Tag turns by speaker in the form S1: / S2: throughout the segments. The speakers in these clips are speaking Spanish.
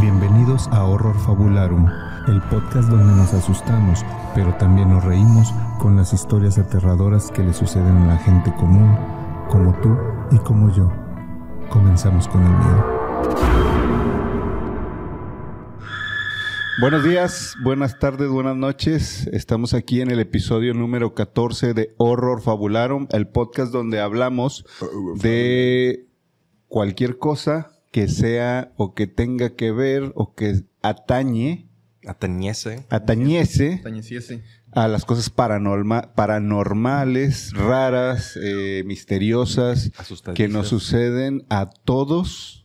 S1: Bienvenidos a Horror Fabularum, el podcast donde nos asustamos, pero también nos reímos con las historias aterradoras que le suceden a la gente común, como tú y como yo. Comenzamos con el miedo.
S2: Buenos días, buenas tardes, buenas noches. Estamos aquí en el episodio número 14 de Horror Fabularum, el podcast donde hablamos de cualquier cosa que sea o que tenga que ver o que atañe,
S3: Atañese.
S2: atañese
S4: Tañeciese.
S2: a las cosas paranorma- paranormales, raras, eh, misteriosas,
S3: Asustadizas.
S2: que nos suceden a todos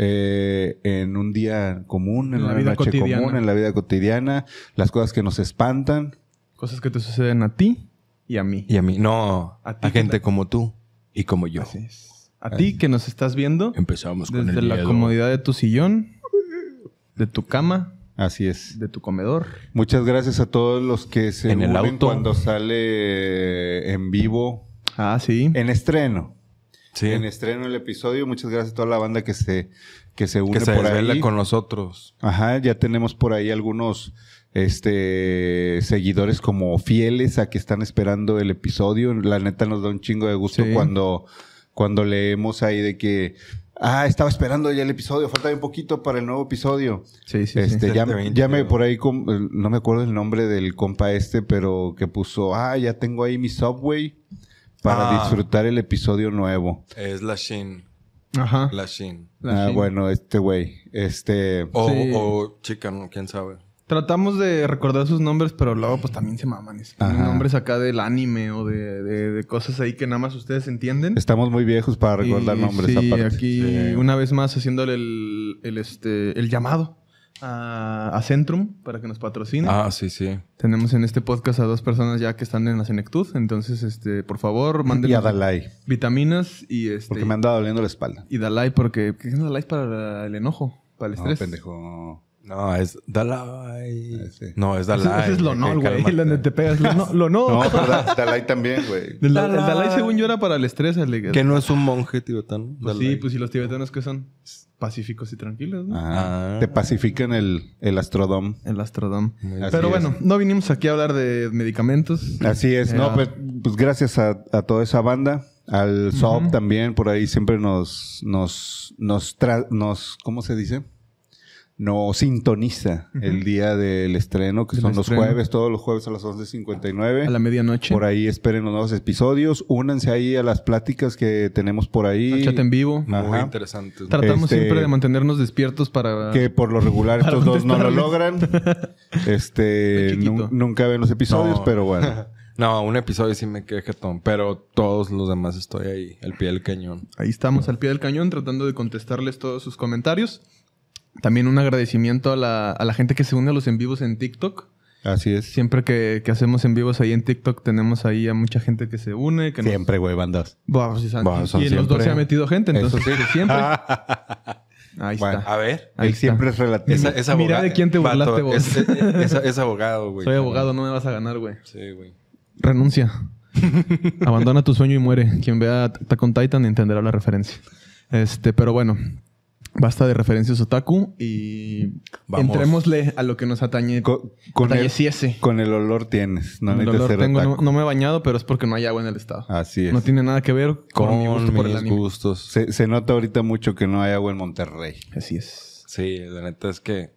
S2: eh, en un día común, en,
S4: En la
S2: una
S4: vida
S2: noche
S4: cotidiana.
S2: común, en la vida cotidiana, las cosas que nos espantan.
S4: Cosas que te suceden a ti y a mí.
S3: Y a mí, no,
S4: A
S3: a,
S4: ti que
S3: gente
S4: te-
S3: como tú y como yo.
S4: Así es. A ti que nos estás viendo
S3: Empezamos con
S4: desde
S3: el
S4: la
S3: miedo.
S4: comodidad de tu sillón, de tu cama,
S2: Así es.
S4: de tu comedor.
S2: Muchas gracias a todos los que se
S3: En el
S2: unen
S3: auto.
S2: cuando sale en vivo,
S4: Ah, sí.
S2: en estreno.
S3: Sí,
S2: En estreno el episodio. Muchas gracias a toda la banda que se, que se une
S3: que se
S2: por
S3: desvela
S2: ahí.
S3: con nosotros.
S2: Ajá, ya tenemos por ahí algunos este seguidores como fieles a que están esperando el episodio. La neta nos da un chingo de gusto
S4: Sí.
S2: cuando, cuando leemos ahí de que ah, estaba esperando ya el episodio, falta un poquito para el nuevo episodio.
S4: Sí, sí, sí.
S2: este, ya,
S3: 720,
S2: ya me
S3: ¿no?
S2: por ahí, com- eh, no me acuerdo el nombre del compa este, pero que puso, ah, ya tengo ahí mi subway para
S3: Ah.
S2: disfrutar el episodio nuevo.
S3: Es la Shin.
S4: Ajá.
S3: La Shin.
S4: La
S2: ah,
S4: Shin.
S2: bueno, este güey, este...
S3: O,
S4: Sí.
S3: o chica, ¿no? ¿Quién sabe?
S4: Tratamos de recordar sus nombres, pero luego pues también se maman. Es-
S2: Ajá.
S4: Nombres acá del anime o de, de- de cosas ahí que nada más ustedes entienden.
S2: Estamos muy viejos para recordar
S4: Y
S2: nombres
S4: sí,
S2: aparte.
S4: aquí
S3: Sí.
S4: una vez más haciéndole el, el, este, el llamado a, a Centrum para que nos patrocine.
S3: Ah, sí, sí.
S4: Tenemos en este podcast a dos personas ya que están en la senectud. Entonces, este, por favor,
S2: Y
S4: mándenos
S2: a Dalai,
S4: vitaminas y este.
S2: porque me anda doliendo la espalda.
S4: Y Dalai, porque. ¿Qué es Dalai para el enojo? Para el
S2: No,
S4: estrés.
S2: pendejo.
S3: No, es Dalai.
S2: Ah, sí.
S3: No, es
S4: Ese-
S3: Dalai.
S4: ese es lo no,
S3: Que
S4: güey.
S3: cálmate.
S4: Donde te pegas. Lo no. Lo no.
S2: No, pero Da- Dalai también, güey.
S4: El, da- el
S3: Dalai.
S4: Dalai, según yo, era para el estrés. el-
S3: Que no es un monje tibetano.
S4: Pues
S3: Dalai.
S4: sí, pues y los tibetanos que son pacíficos y tranquilos, ¿no?
S2: Ajá.
S3: Ah.
S2: Te pacifican el, el Astrodome.
S4: El Astrodome.
S3: Muy
S2: Así
S4: Pero
S2: es.
S4: bueno, no vinimos aquí a hablar de medicamentos.
S2: Así es,
S4: Eh,
S2: no,
S4: ah.
S2: pues, pues gracias a, a toda esa banda, al SOP
S4: Ujú.
S2: también, por ahí siempre nos, nos, nos, tra- nos, ¿cómo se dice? Nos sintoniza el
S4: Ujú.
S2: día del estreno, que
S4: Del
S2: son los
S4: estreno.
S2: jueves, todos los jueves a las 11.59.
S4: A la medianoche.
S2: Por ahí esperen los nuevos episodios, únanse ahí a las pláticas que tenemos por ahí.
S4: al chat en vivo.
S2: Ajá.
S3: interesante.
S4: Tratamos
S2: Este-
S4: siempre de mantenernos despiertos Ah. para.
S2: que por lo regular estos dos no lo logran. Este,
S4: Muy chiquito.
S2: nun- nunca ven los episodios,
S3: No.
S2: pero bueno.
S3: No, un episodio sí me quedé jetón, pero todos los demás estoy ahí, al pie del cañón.
S4: Ahí estamos al pie del cañón tratando de contestarles todos sus comentarios. También un agradecimiento a la, a la gente que se une a los en vivos en TikTok.
S2: Así es.
S4: Siempre que, que hacemos en vivos ahí en TikTok tenemos ahí a mucha gente que se une. Que nos-
S2: Siempre, güey, bandas.
S4: Buah, pues, santo.
S3: Buah, son
S4: y en los dos
S3: siempre.
S4: se ha metido gente, entonces
S2: Eso sí.
S4: que siempre. Ahí
S2: Bueno, ah,
S4: está.
S3: A ver.
S4: Ahí
S2: Él
S4: está.
S2: siempre es relativo.
S3: Esa, es
S4: Mira
S3: aboga-
S4: de quién te burlaste
S3: Vato,
S4: vos.
S3: Es, es- es- es abogado, güey.
S4: Soy abogado, no me vas a ganar, güey.
S3: Sí, güey.
S4: Renuncia. Abandona tu sueño y muere. Quien vea Attack on Titan entenderá la referencia. Este, pero bueno, basta de referencias otaku y
S3: Vamos.
S4: entrémosle a lo que nos atañe.
S2: Co- con, el,
S4: atañeciese.
S2: con el olor tienes. No
S4: El
S2: necesitas
S4: olor
S2: ser
S4: tengo, no,
S2: otaku.
S4: no me he bañado, pero es porque no hay agua en el estado.
S2: Así es.
S4: No tiene nada que ver con,
S3: Con
S4: mi gusto por el
S3: mis
S4: anime.
S3: gustos. Sí.
S2: se, se nota ahorita mucho que no hay agua en Monterrey.
S4: Así es.
S3: la neta es que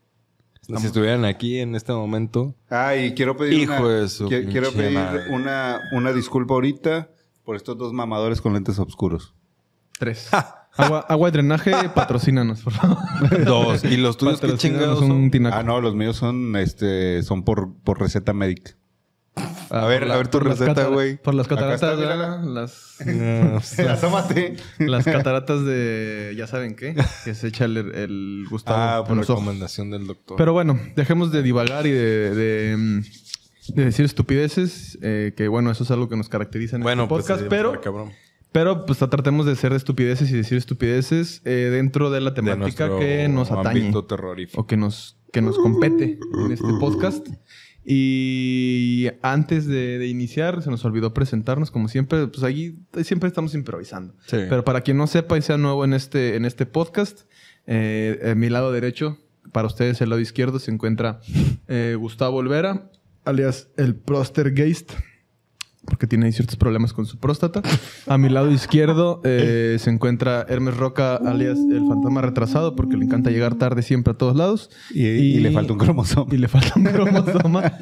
S3: si estuvieran aquí en este momento,
S2: Ah, y quiero pedir,
S3: Hijo
S2: una,
S3: de su
S2: qui- quiero
S3: pinche
S2: pedir
S3: madre.
S2: una, una disculpa ahorita por estos dos mamadores con lentes oscuros.
S4: Tres. Agua, agua de drenaje, patrocínanos, por favor.
S3: dos. Y los tuyos, qué
S4: Patrocínanos
S3: chingados
S4: un
S3: son.
S4: tinaco.
S2: Ah, no, los míos son este son por, por receta médica.
S4: Ah,
S2: a ver,
S4: por
S2: a ver tu
S4: por las
S2: receta,
S4: catara-
S2: güey.
S4: Por las
S2: Acá
S4: cataratas,
S2: está, mírala.
S4: ¿verdad? las,
S2: Asómate.
S4: las cataratas de ya saben qué, que se echa el, el Gustavo
S3: Ah, por
S4: en los ojos.
S3: recomendación del doctor.
S4: Pero bueno, dejemos de divagar y de, de, mm, de decir estupideces, eh, que bueno, eso es algo que nos caracteriza en
S3: bueno,
S4: este podcast,
S3: pues,
S4: pero,
S3: está cabrón.
S4: pero pues tratemos de ser estupideces y decir estupideces eh, dentro de la
S3: De
S4: temática
S3: nuestro
S4: que nos atañe
S3: ámbito terrorífico.
S4: o que nos, que nos compete en este podcast. Y antes de, de iniciar, se nos olvidó presentarnos, como siempre, pues aquí siempre estamos improvisando.
S3: Sí.
S4: Pero para quien no sepa y sea nuevo en este, en este podcast, eh, eh, mi lado derecho Para ustedes, el lado izquierdo se encuentra eh, Gustavo Olvera, alias el Prostergeist, porque tiene ahí ciertos problemas con su próstata. A mi lado izquierdo eh, se encuentra Hermes Roca, alias el fantasma retrasado, porque le encanta llegar tarde siempre a todos lados.
S2: Y, y le falta un cromosoma.
S4: Y le falta un cromosoma.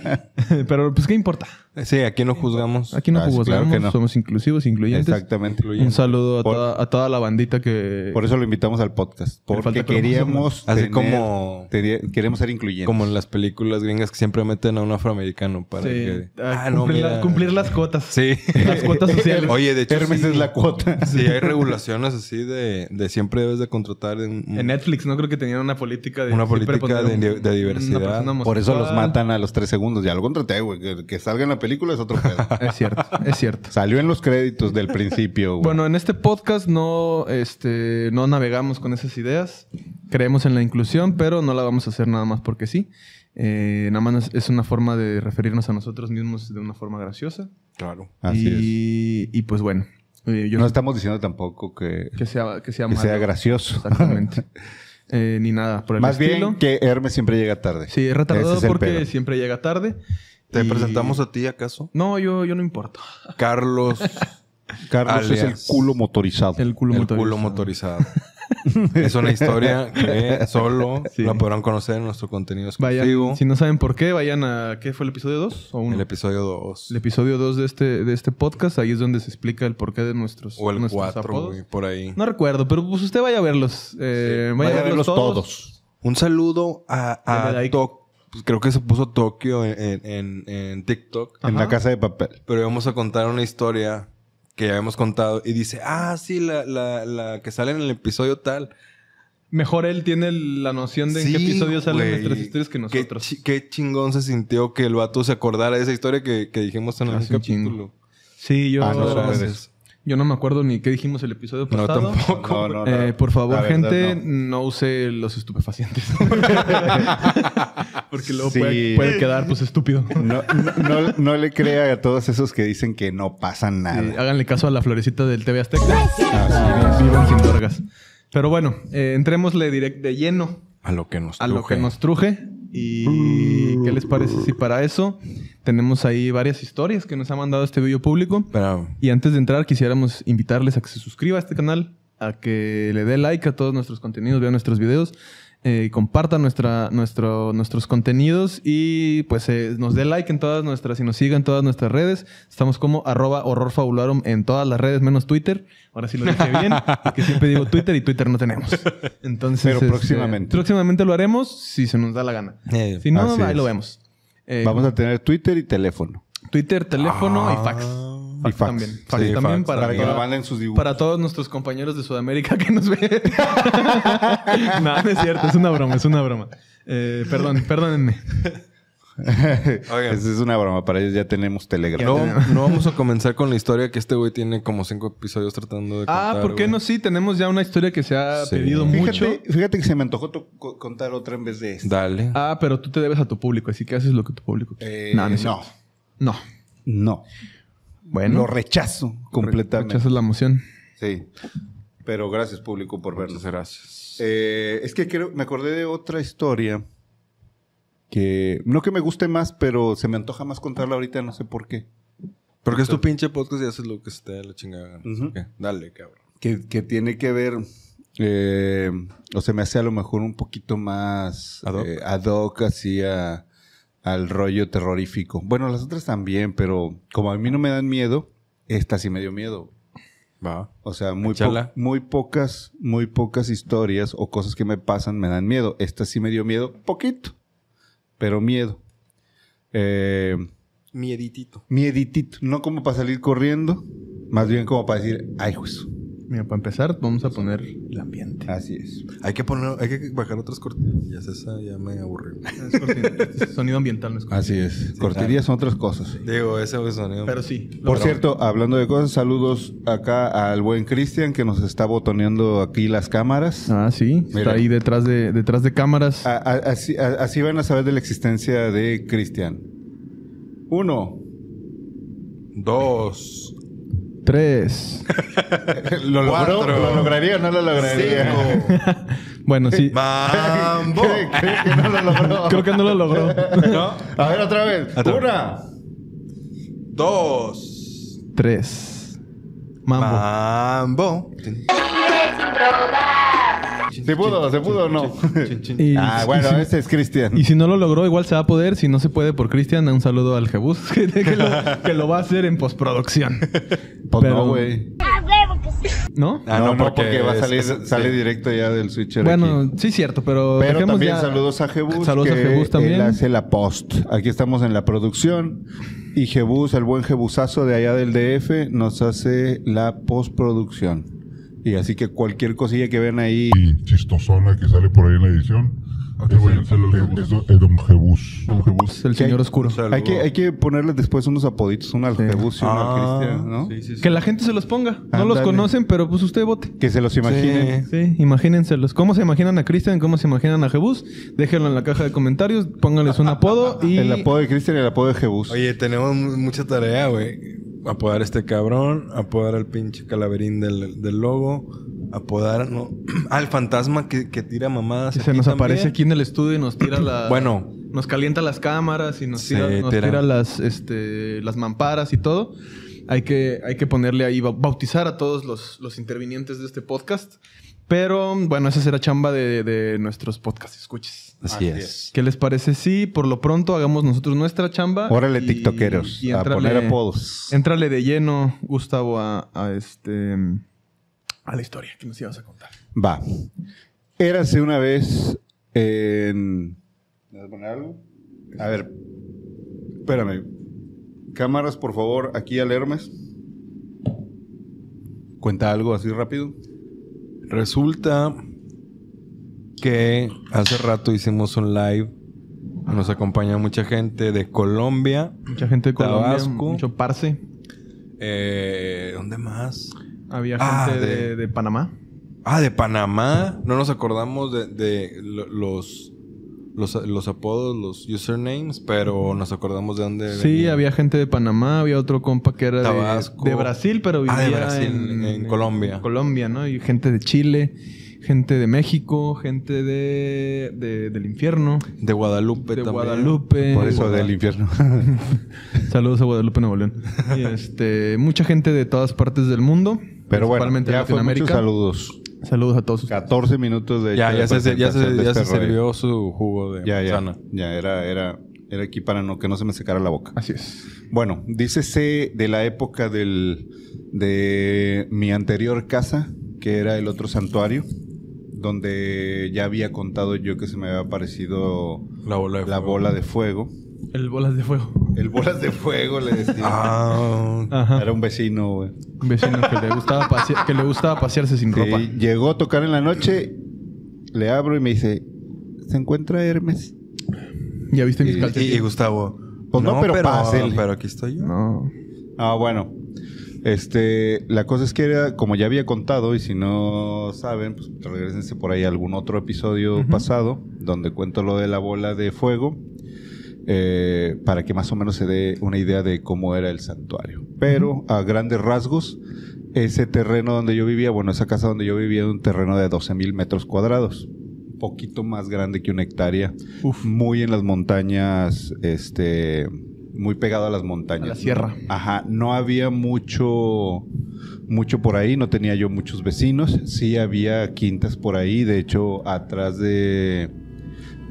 S4: Pero pues, ¿qué importa?
S3: Sí, aquí no juzgamos.
S4: Aquí no
S2: Ah, sí,
S4: jugamos,
S2: claro que no.
S4: somos inclusivos, incluyentes.
S2: Exactamente.
S4: Un saludo a,
S2: Por-
S4: toda, a toda la bandita que...
S2: Por eso lo invitamos al podcast.
S4: Pero falta
S2: Porque
S4: cromosoma.
S2: queríamos.
S3: Así
S2: tener-
S3: como-
S2: tería- queremos ser incluyentes.
S3: Como en las películas gringas que siempre meten a un afroamericano para
S4: Sí,
S3: que... Ah,
S4: a cumplir, la-
S3: mira.
S4: cumplir las cuotas.
S3: Sí.
S4: Las cuotas sociales.
S3: Oye, de hecho...
S2: Hermes
S3: sí-
S2: es la cuota.
S3: Sí, hay regulaciones así de, de siempre debes de contratar un- un-
S4: En Netflix no creo que tenían una política de...
S3: Una
S4: siempre
S3: política
S4: poner
S3: de-
S4: un-
S3: de diversidad.
S4: persona
S2: Por eso los
S3: Ah.
S4: homosexual.
S2: matan a los tres segundos. Ya lo contraté, güey. Que, que salga en la película es otro pedo.
S4: Es cierto, es cierto.
S2: Salió en los créditos del principio, güey.
S4: Bueno, en este podcast no, este, no navegamos con esas ideas. Creemos en la inclusión, pero no la vamos a hacer nada más porque sí. Eh, nada más es- es una forma de referirnos a nosotros mismos de una forma graciosa.
S3: Claro.
S2: Así es.
S4: y, y pues bueno, eh, yo
S2: No estamos diciendo tampoco que,
S4: que sea, que sea
S2: que
S4: malo.
S2: sea gracioso.
S4: Exactamente. Eh, ni nada por el
S2: Más
S4: estilo.
S2: bien que Hermes siempre llega tarde.
S4: Sí, es retardado
S2: Ese es el
S4: porque
S2: pedo.
S4: siempre llega tarde.
S3: ¿Te
S4: Y-
S3: presentamos a ti acaso?
S4: No, yo, yo no importo.
S3: Carlos,
S2: Carlos es el
S3: Alias.
S2: culo motorizado.
S4: El culo
S3: el
S4: motorizado.
S3: culo motorizado. es una historia que solo
S4: Sí.
S3: la podrán conocer en nuestro contenido
S4: Vayan,
S3: exclusivo.
S4: si no saben por qué, vayan a... ¿Qué fue el episodio 2 o 1?
S3: El episodio 2.
S4: El episodio 2 de este, de este podcast, ahí es donde se explica el porqué de nuestros,
S3: O el
S4: nuestros
S3: 4,
S4: apodos.
S3: güey, por ahí.
S4: No recuerdo, pero pues usted vaya a verlos. Eh, vaya, a verlos todos.
S3: Un saludo a, a
S4: Dale like.
S3: Tok- pues creo que se puso Tokio en, en- en- en TikTok.
S2: En
S4: Ajá.
S2: la casa de papel.
S3: Pero vamos a contar una historia que ya hemos contado. Y dice, ah, sí, la, la- la que sale en el episodio tal.
S4: Mejor él tiene el- la noción de en qué
S3: Sí,
S4: episodio salen
S3: güey.
S4: nuestras historias que
S3: Qué
S4: nosotros.
S3: chi- Qué, chingón se sintió que el vato se acordara de esa historia que, que dijimos en el
S4: Hace un
S3: capítulo.
S4: Sí, yo,
S2: Ah, no,
S3: Muchas
S2: no,
S3: gracias.
S4: yo no me acuerdo ni qué dijimos el episodio
S3: No,
S4: pasado.
S3: tampoco.
S2: No, no, no.
S4: Eh, por favor,
S2: La verdad,
S4: gente,
S2: no.
S4: no. use los estupefacientes. Porque luego
S2: Sí.
S4: puede, puede quedar pues estúpido.
S2: No, no- no- no le crea a todos esos que dicen que no pasa
S4: Eh,
S2: nada.
S4: háganle caso a la florecita del TV Azteca. Así, vivan sin torgas. Pero bueno, eh, entrémosle direct de lleno
S3: A lo que nos
S4: a lo
S3: truje.
S4: que nos truje. ¿Y qué les parece si para eso tenemos ahí varias historias que nos ha mandado este video público?
S3: Pero,
S4: Y antes de entrar, quisiéramos invitarles a que se suscriba a este canal, a que le dé like a todos nuestros contenidos, vea nuestros videos, eh, comparta nuestra, nuestro, nuestros contenidos y pues eh, nos dé like en todas nuestras y nos siga en todas nuestras redes. Estamos como arroba horrorfabularum en todas las redes, menos Twitter. Ahora sí lo dije bien, porque siempre digo Twitter y Twitter no tenemos. Entonces,
S2: Pero
S4: este,
S2: próximamente.
S4: próximamente lo haremos si se nos da la gana.
S3: eh,
S4: Si no,
S2: Así
S4: ahí
S2: es.
S4: lo vemos. Eh,
S2: Vamos a tener Twitter y teléfono.
S4: Twitter, teléfono
S3: Ah.
S4: y fax.
S3: Y
S4: Fax
S2: fax.
S4: también. Fax
S3: Sí,
S4: también
S3: fax.
S4: para,
S2: Para que
S4: toda-
S2: lo manden sus dibujos.
S4: para todos nuestros compañeros de Sudamérica que nos ven. no, no es cierto, es una broma, es una broma. Eh, perdón, perdónenme.
S3: Oigan.
S2: Esa es una broma. Para ellos ya tenemos Telegram.
S3: no, no vamos a comenzar con la historia que este güey tiene como cinco episodios tratando de
S4: Ah,
S3: contar,
S4: ¿por qué
S3: güey.
S4: no? Sí, tenemos ya una historia que se ha
S3: Sí.
S4: pedido mucho.
S2: Fíjate, fíjate que se me antojó to- co- contar otra en vez de esta.
S3: Dale.
S4: Ah, pero tú te debes a tu público, así que haces lo que tu público quiere.
S2: Eh,
S4: no, no, es
S2: no,
S4: cierto. no.
S2: no.
S4: Bueno,
S2: Lo rechazo completamente.
S4: rechazas la moción.
S2: Sí. Pero gracias, público, por vernos.
S3: Muchas gracias.
S2: Eh, es que creo, me acordé de otra historia que no que me guste más, pero se me antoja más contarla ahorita, no sé por qué.
S3: Porque es tu pinche podcast y haces lo que esté de la chingada. gana.
S2: Ujú.
S3: Ok, Dale, cabrón.
S2: Que, que tiene que ver, eh, o se me hace a lo mejor un poquito más
S3: Ad hoc.
S2: eh, ad hoc así a- al rollo terrorífico. Bueno, las otras también, pero como a mí no me dan miedo, esta sí me dio miedo.
S3: Va.
S2: O sea, muy, po-
S3: Échala.
S2: muy pocas, muy pocas historias o cosas que me pasan me dan miedo. Esta sí me dio miedo, poquito, pero miedo. Eh,
S3: Mieditito.
S2: mieditito, no como para salir corriendo, más bien como para decir, ay, juez.
S4: Mira, para empezar, vamos a poner el ambiente.
S2: Así es.
S3: Hay que poner, hay que bajar otras cortinillas. Esa ya me aburrió.
S4: Ah, Es cortina. Es Sonido ambiental, no es cortina.
S2: Así es. Corterías son otras cosas.
S3: Digo, ese güey sonido.
S4: Pero sí.
S2: Por cierto, hablando de cosas, saludos acá al buen Cristian que nos está botoneando aquí las cámaras.
S4: Ah, sí.
S2: Mira.
S4: Está ahí detrás de, detrás de cámaras.
S2: A- a- así, a- así van a saber de la existencia de Cristian. Uno,
S3: Dos.
S4: Tres.
S2: ¿Lo logró?
S3: Cuatro.
S2: ¿Lo lograría o no lo lograría?
S3: Cinco.
S4: Bueno, sí.
S3: Mambo.
S2: ¿Cree, cree que no lo logró?
S4: Creo que no lo logró.
S3: ¿No?
S2: A ver, otra vez.
S3: Otra vez.
S2: Una.
S3: Dos.
S4: Tres.
S2: Ah,
S4: Mambo.
S3: Mambo.
S2: ¿Se pudo? ¿Se pudo o no?
S4: Y,
S2: Ah,
S4: y
S2: bueno,
S4: si-
S2: ese es Cristian.
S4: y si no lo logró, igual se va a poder. Si no se puede por Cristian, un saludo al Jebus, que, que lo, que lo va a hacer en postproducción.
S2: Pues
S4: pero-
S2: no, güey.
S5: A huevo que sí.
S4: ¿No?
S3: Ah,
S2: no,
S3: no,
S2: no, porque,
S3: porque
S2: va a
S3: es-
S2: salir,
S3: es-
S2: sale
S3: sí.
S2: directo ya del switcher.
S4: Bueno,
S2: aquí.
S4: sí, cierto, pero.
S2: Pero
S4: dejemos
S2: también
S4: ya-
S2: saludos a Jebus.
S4: Saludos a
S2: que
S4: Jebus también.
S2: Él hace la post. Aquí estamos en la producción. Y Jebus, el buen Jebusazo de allá del DF, nos hace la postproducción. Y así que cualquier cosilla que vean ahí.
S6: y chistosona que sale por ahí en la edición. Es, el- es, es Don Jebus.
S4: El señor oscuro.
S3: Saludo.
S2: Hay que, hay que ponerle después unos apoditos, un al
S4: Sí.
S2: Jebus y uno
S3: Ah,
S2: al Cristian, ¿no?
S3: sí, sí, sí.
S4: Que la gente se los ponga. No los
S2: Ándale.
S4: conocen, pero pues usted vote.
S2: Que se los imaginen.
S4: Sí, imagínenselos. ¿Cómo se imaginan a Cristian? ¿Cómo se imaginan a Jebus? Déjenlo en la caja de comentarios, pónganles un apodo y...
S2: El apodo de Cristian y el apodo de Jebus.
S3: Oye, tenemos mu- mucha tarea, güey. Apodar a este cabrón, apodar al pinche calaverín del, del logo, apodar no, al fantasma que, que tira mamadas.
S4: Si se
S3: aquí
S4: nos
S3: también.
S4: aparece aquí en el estudio y nos tira la...
S3: Bueno.
S4: Nos calienta las cámaras y nos
S3: Sí,
S4: tira, nos
S3: tira.
S4: tira las, este, las mamparas y todo. Hay que, hay que ponerle ahí, bau- bautizar a todos los, los intervinientes de este podcast. Pero bueno, esa será chamba de, de nuestros podcast escuches.
S3: Así, es.
S4: ¿Qué les parece? Sí, por lo pronto hagamos nosotros nuestra chamba.
S2: Órale,
S4: y-
S2: tiktokeros.
S4: y
S2: a
S4: éntrale-
S2: poner apodos.
S4: Entrale de lleno, Gustavo, a, a este a la historia que nos ibas a contar.
S2: Va. Érase una vez en. ¿Me vas a poner algo? A ver. Espérame. Cámaras, por favor, aquí al Hermes. Cuenta algo así rápido.
S3: Resulta que hace rato hicimos un live. Nos acompaña mucha gente de Colombia.
S4: Mucha gente de Colombia,
S3: Tabasco.
S4: mucho parce.
S3: Eh, ¿Dónde más?
S4: Había
S3: Ah,
S4: gente
S3: de-
S4: de... de Panamá.
S3: Ah, de Panamá. No nos acordamos de, de lo- los, los, los apodos, los usernames, pero nos acordamos de dónde.
S4: Sí,
S3: venían.
S4: había gente de Panamá, había otro compa que era de,
S3: Tabasco.
S4: de Brasil, pero vivía
S3: Ah, de Brasil, en Colombia.
S4: en Colombia, ¿no? Y gente de Chile, gente de México, gente de, de- del infierno,
S3: De Guadalupe
S4: de
S3: también.
S4: Guadalupe.
S2: Pues Por eso del infierno.
S4: Saludos a Guadalupe Nuevo León. Y, este, mucha gente de todas partes del mundo.
S2: Pero bueno,
S4: principalmente
S2: ya fue
S4: Latinoamérica.
S2: muchos saludos.
S4: Saludos a todos. ustedes.
S2: 14 minutos de.
S3: Pues, Ya,
S2: hecho,
S3: ya,
S2: de
S3: se, se- ya, se,
S2: presentación de
S3: ya se
S2: este rollo.
S3: sirvió su jugo de
S2: Ya, ya.
S3: manzana.
S2: Ya, era, era, era aquí para no, que no se me secara la boca.
S4: Así es.
S2: Bueno, dícese de la época del, de mi anterior casa, que era el otro santuario, donde ya había contado yo que se me había aparecido
S3: La bola de
S2: la
S3: fuego.
S2: bola de fuego.
S4: El bolas de fuego.
S2: El bolas de fuego le decía.
S3: Ah,
S4: Ajá.
S2: Era un vecino, güey.
S4: Un vecino que le gustaba, pasea- que le gustaba pasearse sin
S2: Sí,
S4: ropa.
S2: llegó a tocar en la noche, le abro y me dice, ¿se encuentra Hermes?
S4: ¿Ya viste mis
S2: Y-
S3: y, y
S4: calcetines?
S3: Gustavo.
S2: Pues no, pero pásele.
S3: Pero aquí estoy yo.
S4: No.
S2: Ah, bueno. Este, la cosa es que era, como ya había contado, y si no saben, pues regresense por ahí a algún otro episodio pasado, donde cuento lo de la bola de fuego, eh, para que más o menos se dé una idea de cómo era el santuario. Pero a grandes rasgos, ese terreno donde yo vivía, bueno, esa casa donde yo vivía era un terreno de 12 mil metros cuadrados, un poquito más grande que una hectárea,
S4: Uf.
S2: muy en las montañas, este, muy pegado a las montañas.
S4: A la sierra.
S2: Ajá, no había mucho, mucho por ahí, no tenía yo muchos vecinos, sí había quintas por ahí, de hecho, atrás de,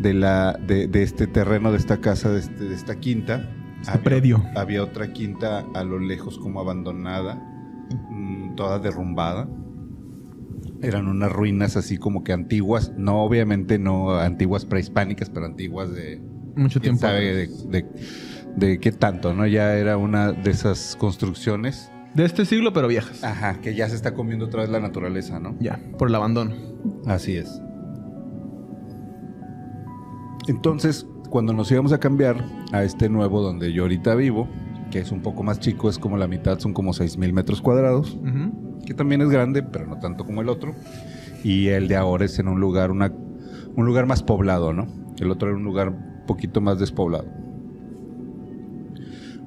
S2: de, la, de, de este terreno, de esta casa, de, este- de esta quinta,
S4: Este predio.
S2: había otra quinta a lo lejos como abandonada, mm, toda derrumbada. Eran unas ruinas así como que antiguas, no obviamente no antiguas prehispánicas, pero antiguas de,
S4: Mucho
S2: quién
S4: tiempo.
S2: sabe de, de- de qué tanto, ¿no? Ya era una de esas construcciones.
S4: De este siglo, pero viejas.
S2: Ajá, que ya se está comiendo otra vez la naturaleza, ¿no?
S4: Ya, por el abandono.
S2: Así es. Entonces, cuando nos íbamos a cambiar a este nuevo donde yo ahorita vivo, que es un poco más chico, es como la mitad, son como 6.000 metros cuadrados,
S4: Ujú.
S2: que también es grande, pero no tanto como el otro. Y el de ahora es en un lugar, una, un lugar más poblado, ¿no? El otro era un lugar un poquito más despoblado.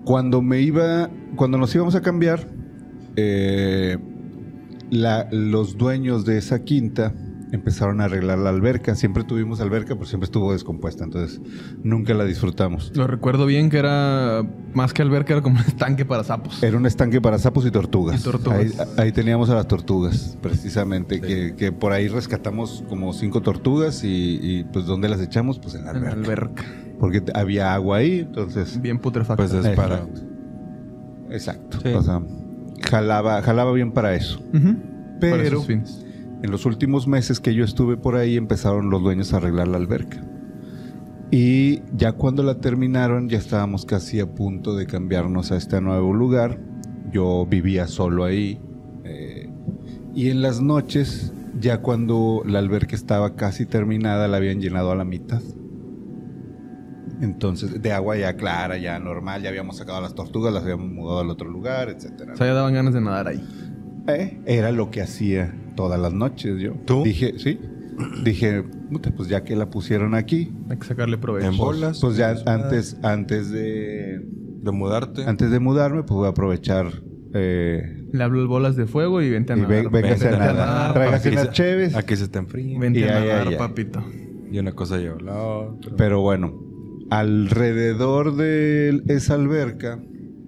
S2: Cuando me iba, cuando nos íbamos a cambiar, eh, la- los dueños de esa quinta empezaron a arreglar la alberca. Siempre tuvimos alberca, pero siempre estuvo descompuesta, entonces nunca la disfrutamos.
S4: Lo recuerdo bien que era más que alberca, era como un estanque para sapos.
S2: Era un estanque para sapos y tortugas.
S4: Y tortugas.
S2: Ahí, ahí teníamos a las tortugas, precisamente, que, que por ahí rescatamos como cinco tortugas y, y, pues ¿dónde las echamos? Pues en la
S4: En la
S2: alberca.
S4: alberca.
S2: Porque t- había agua ahí, entonces...
S4: Bien putrefacta. Eh.
S3: Pues es para.
S2: Exacto. Exacto.
S3: Sí.
S2: O sea, jalaba, jalaba bien para eso.
S4: Ujú. Para
S2: Pero
S4: esos fines.
S2: en los últimos meses que yo estuve por ahí empezaron los dueños a arreglar la alberca. Y ya cuando la terminaron, ya estábamos casi a punto de cambiarnos a este nuevo lugar. Yo vivía solo ahí. eh, y en las noches, ya cuando la alberca estaba casi terminada, la habían llenado a la mitad. Entonces, de agua ya clara, ya normal, ya habíamos sacado las tortugas, las habíamos mudado al otro lugar, etcétera.
S4: O sea, ya daban ganas de nadar ahí.
S2: Eh, Era lo que hacía todas las noches yo.
S3: ¿Tú?
S2: Dije, sí. Dije, puta, pues ya que la pusieron aquí,
S4: Hay que sacarle provecho.
S3: En bola. Bolas,
S2: pues ya
S3: bolas.
S2: antes, antes de
S3: De mudarte.
S2: antes de mudarme, pues voy a aprovechar eh,
S4: Le hablo el bolas de fuego y vente a
S2: y ve-
S4: nadar.
S2: véngase a
S4: Vente
S3: nadar.
S2: nada. Tráigase
S3: Aquí
S2: unas
S3: se-
S2: cheves.
S3: A que se te enfríe.
S4: Vente
S2: Y
S4: a
S2: ay,
S4: nadar,
S2: ay, ay.
S4: papito.
S3: Y una cosa lleva a la otra.
S2: Pero bueno, alrededor de esa alberca,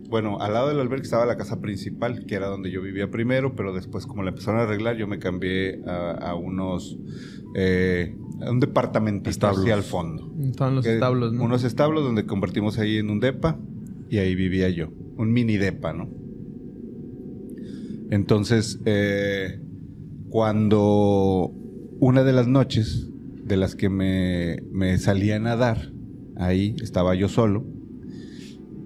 S2: bueno, al lado de la alberca estaba la casa principal, que era donde yo vivía primero, pero después como la empezaron a arreglar, yo me cambié a, a unos, eh, a un departamento
S3: Establos.
S2: hacia al fondo.
S4: Estaban los
S2: Que-
S4: establos, ¿no?
S2: Unos establos donde convertimos ahí en un depa y ahí vivía yo. Un mini depa, ¿no? Entonces, eh, cuando una de las noches de las que me, me salía a nadar, ahí estaba yo solo,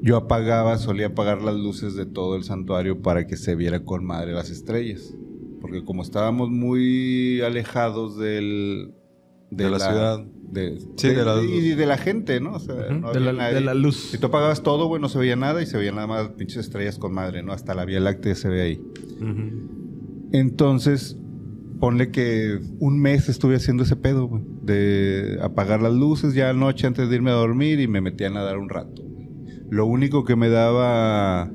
S2: yo apagaba, solía apagar las luces de todo el santuario para que se viera con madre las estrellas. Porque como estábamos muy alejados del,
S3: De la ciudad.
S2: de-
S3: Sí,
S2: de-
S3: de la-
S2: y de la gente, ¿no? O sea, no
S4: de, la,
S2: había nadie.
S4: de la luz.
S2: Si tú apagabas todo, güey, no se veía nada y se veían nada más pinches estrellas con madre, ¿no? Hasta la Vía Láctea se ve ahí.
S3: Ujú.
S2: Entonces, ponle que un mes estuve haciendo ese pedo, güey, de apagar las luces ya anoche antes de irme a dormir y me metí a nadar un rato. güey. Lo único que me daba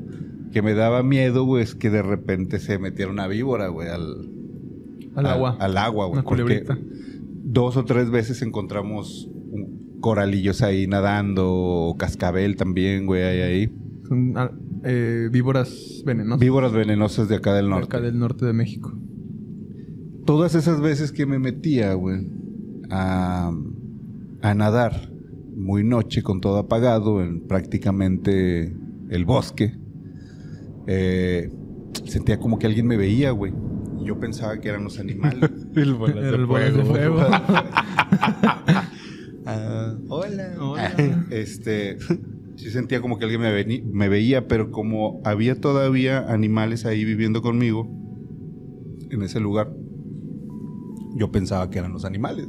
S2: que me daba miedo, güey, es que de repente se metiera una víbora, güey, al,
S4: al agua.
S2: Al agua, güey.
S4: Una
S2: porque
S4: culebrita.
S2: Dos o tres veces encontramos un- coralillos ahí nadando, o cascabel también, güey, hay ahí.
S4: Son ah, eh, víboras venenosas.
S2: Víboras venenosas de acá del norte.
S4: Cerca del norte de México.
S2: Todas esas veces que me metía, güey, a, a nadar, muy noche, con todo apagado, en prácticamente el bosque, eh, sentía como que alguien me veía, güey. Y Yo pensaba que eran los animales.
S3: El bolas de
S4: El bolas de
S3: fuego.
S4: fuego.
S3: Ah, hola.
S4: Hola.
S2: este, sí sentía como que alguien me, veni- me veía, pero como había todavía animales ahí viviendo conmigo, en ese lugar, yo pensaba que eran los animales.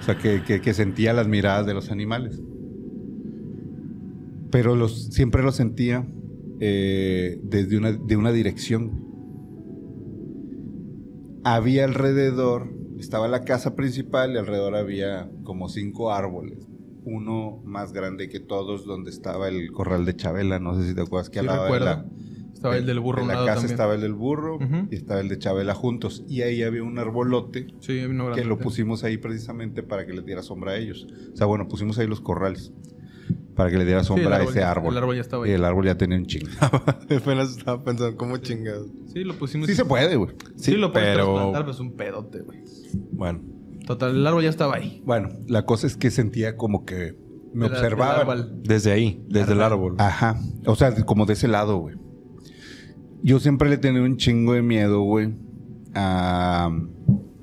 S2: O sea, que, que- que sentía las miradas de los animales. Pero los, siempre los sentía eh, desde una, de una dirección. Había alrededor, estaba la casa principal y alrededor había como cinco árboles. Uno más grande que todos, donde estaba el corral de Chabela. No sé si te acuerdas
S4: Sí,
S2: que al lado de
S4: recuerdo.
S2: la-
S4: Estaba el del burro a
S2: en
S4: un
S2: la
S4: lado
S2: casa
S4: también.
S2: estaba el del burro
S4: Ujú.
S2: y estaba el de Chabela juntos. Y ahí había un arbolote
S4: Sí, vino
S2: que
S4: grande.
S2: lo pusimos ahí precisamente para que les diera sombra a ellos. O sea, bueno, pusimos ahí los corrales para que le diera
S4: Sí, el
S2: sombra a ese
S4: ya-
S2: árbol.
S4: El árbol ya estaba
S2: y
S4: ahí.
S2: el árbol ya tenía un chingo.
S3: Apenas estaba pensando, ¿cómo chingados?
S4: Sí, lo pusimos.
S2: Sí se puede, güey.
S4: Sí, lo puedes
S3: pero.
S4: trasplantar, pero es un pedote, güey.
S3: Bueno.
S4: Total, el árbol ya estaba ahí.
S2: Bueno, la cosa es que sentía como que me
S4: Del- del
S2: observaban.
S4: árbol.
S3: Desde ahí, desde el árbol.
S2: Ajá. O sea, como de ese lado, güey. Yo siempre le tenía un chingo de miedo, güey, a,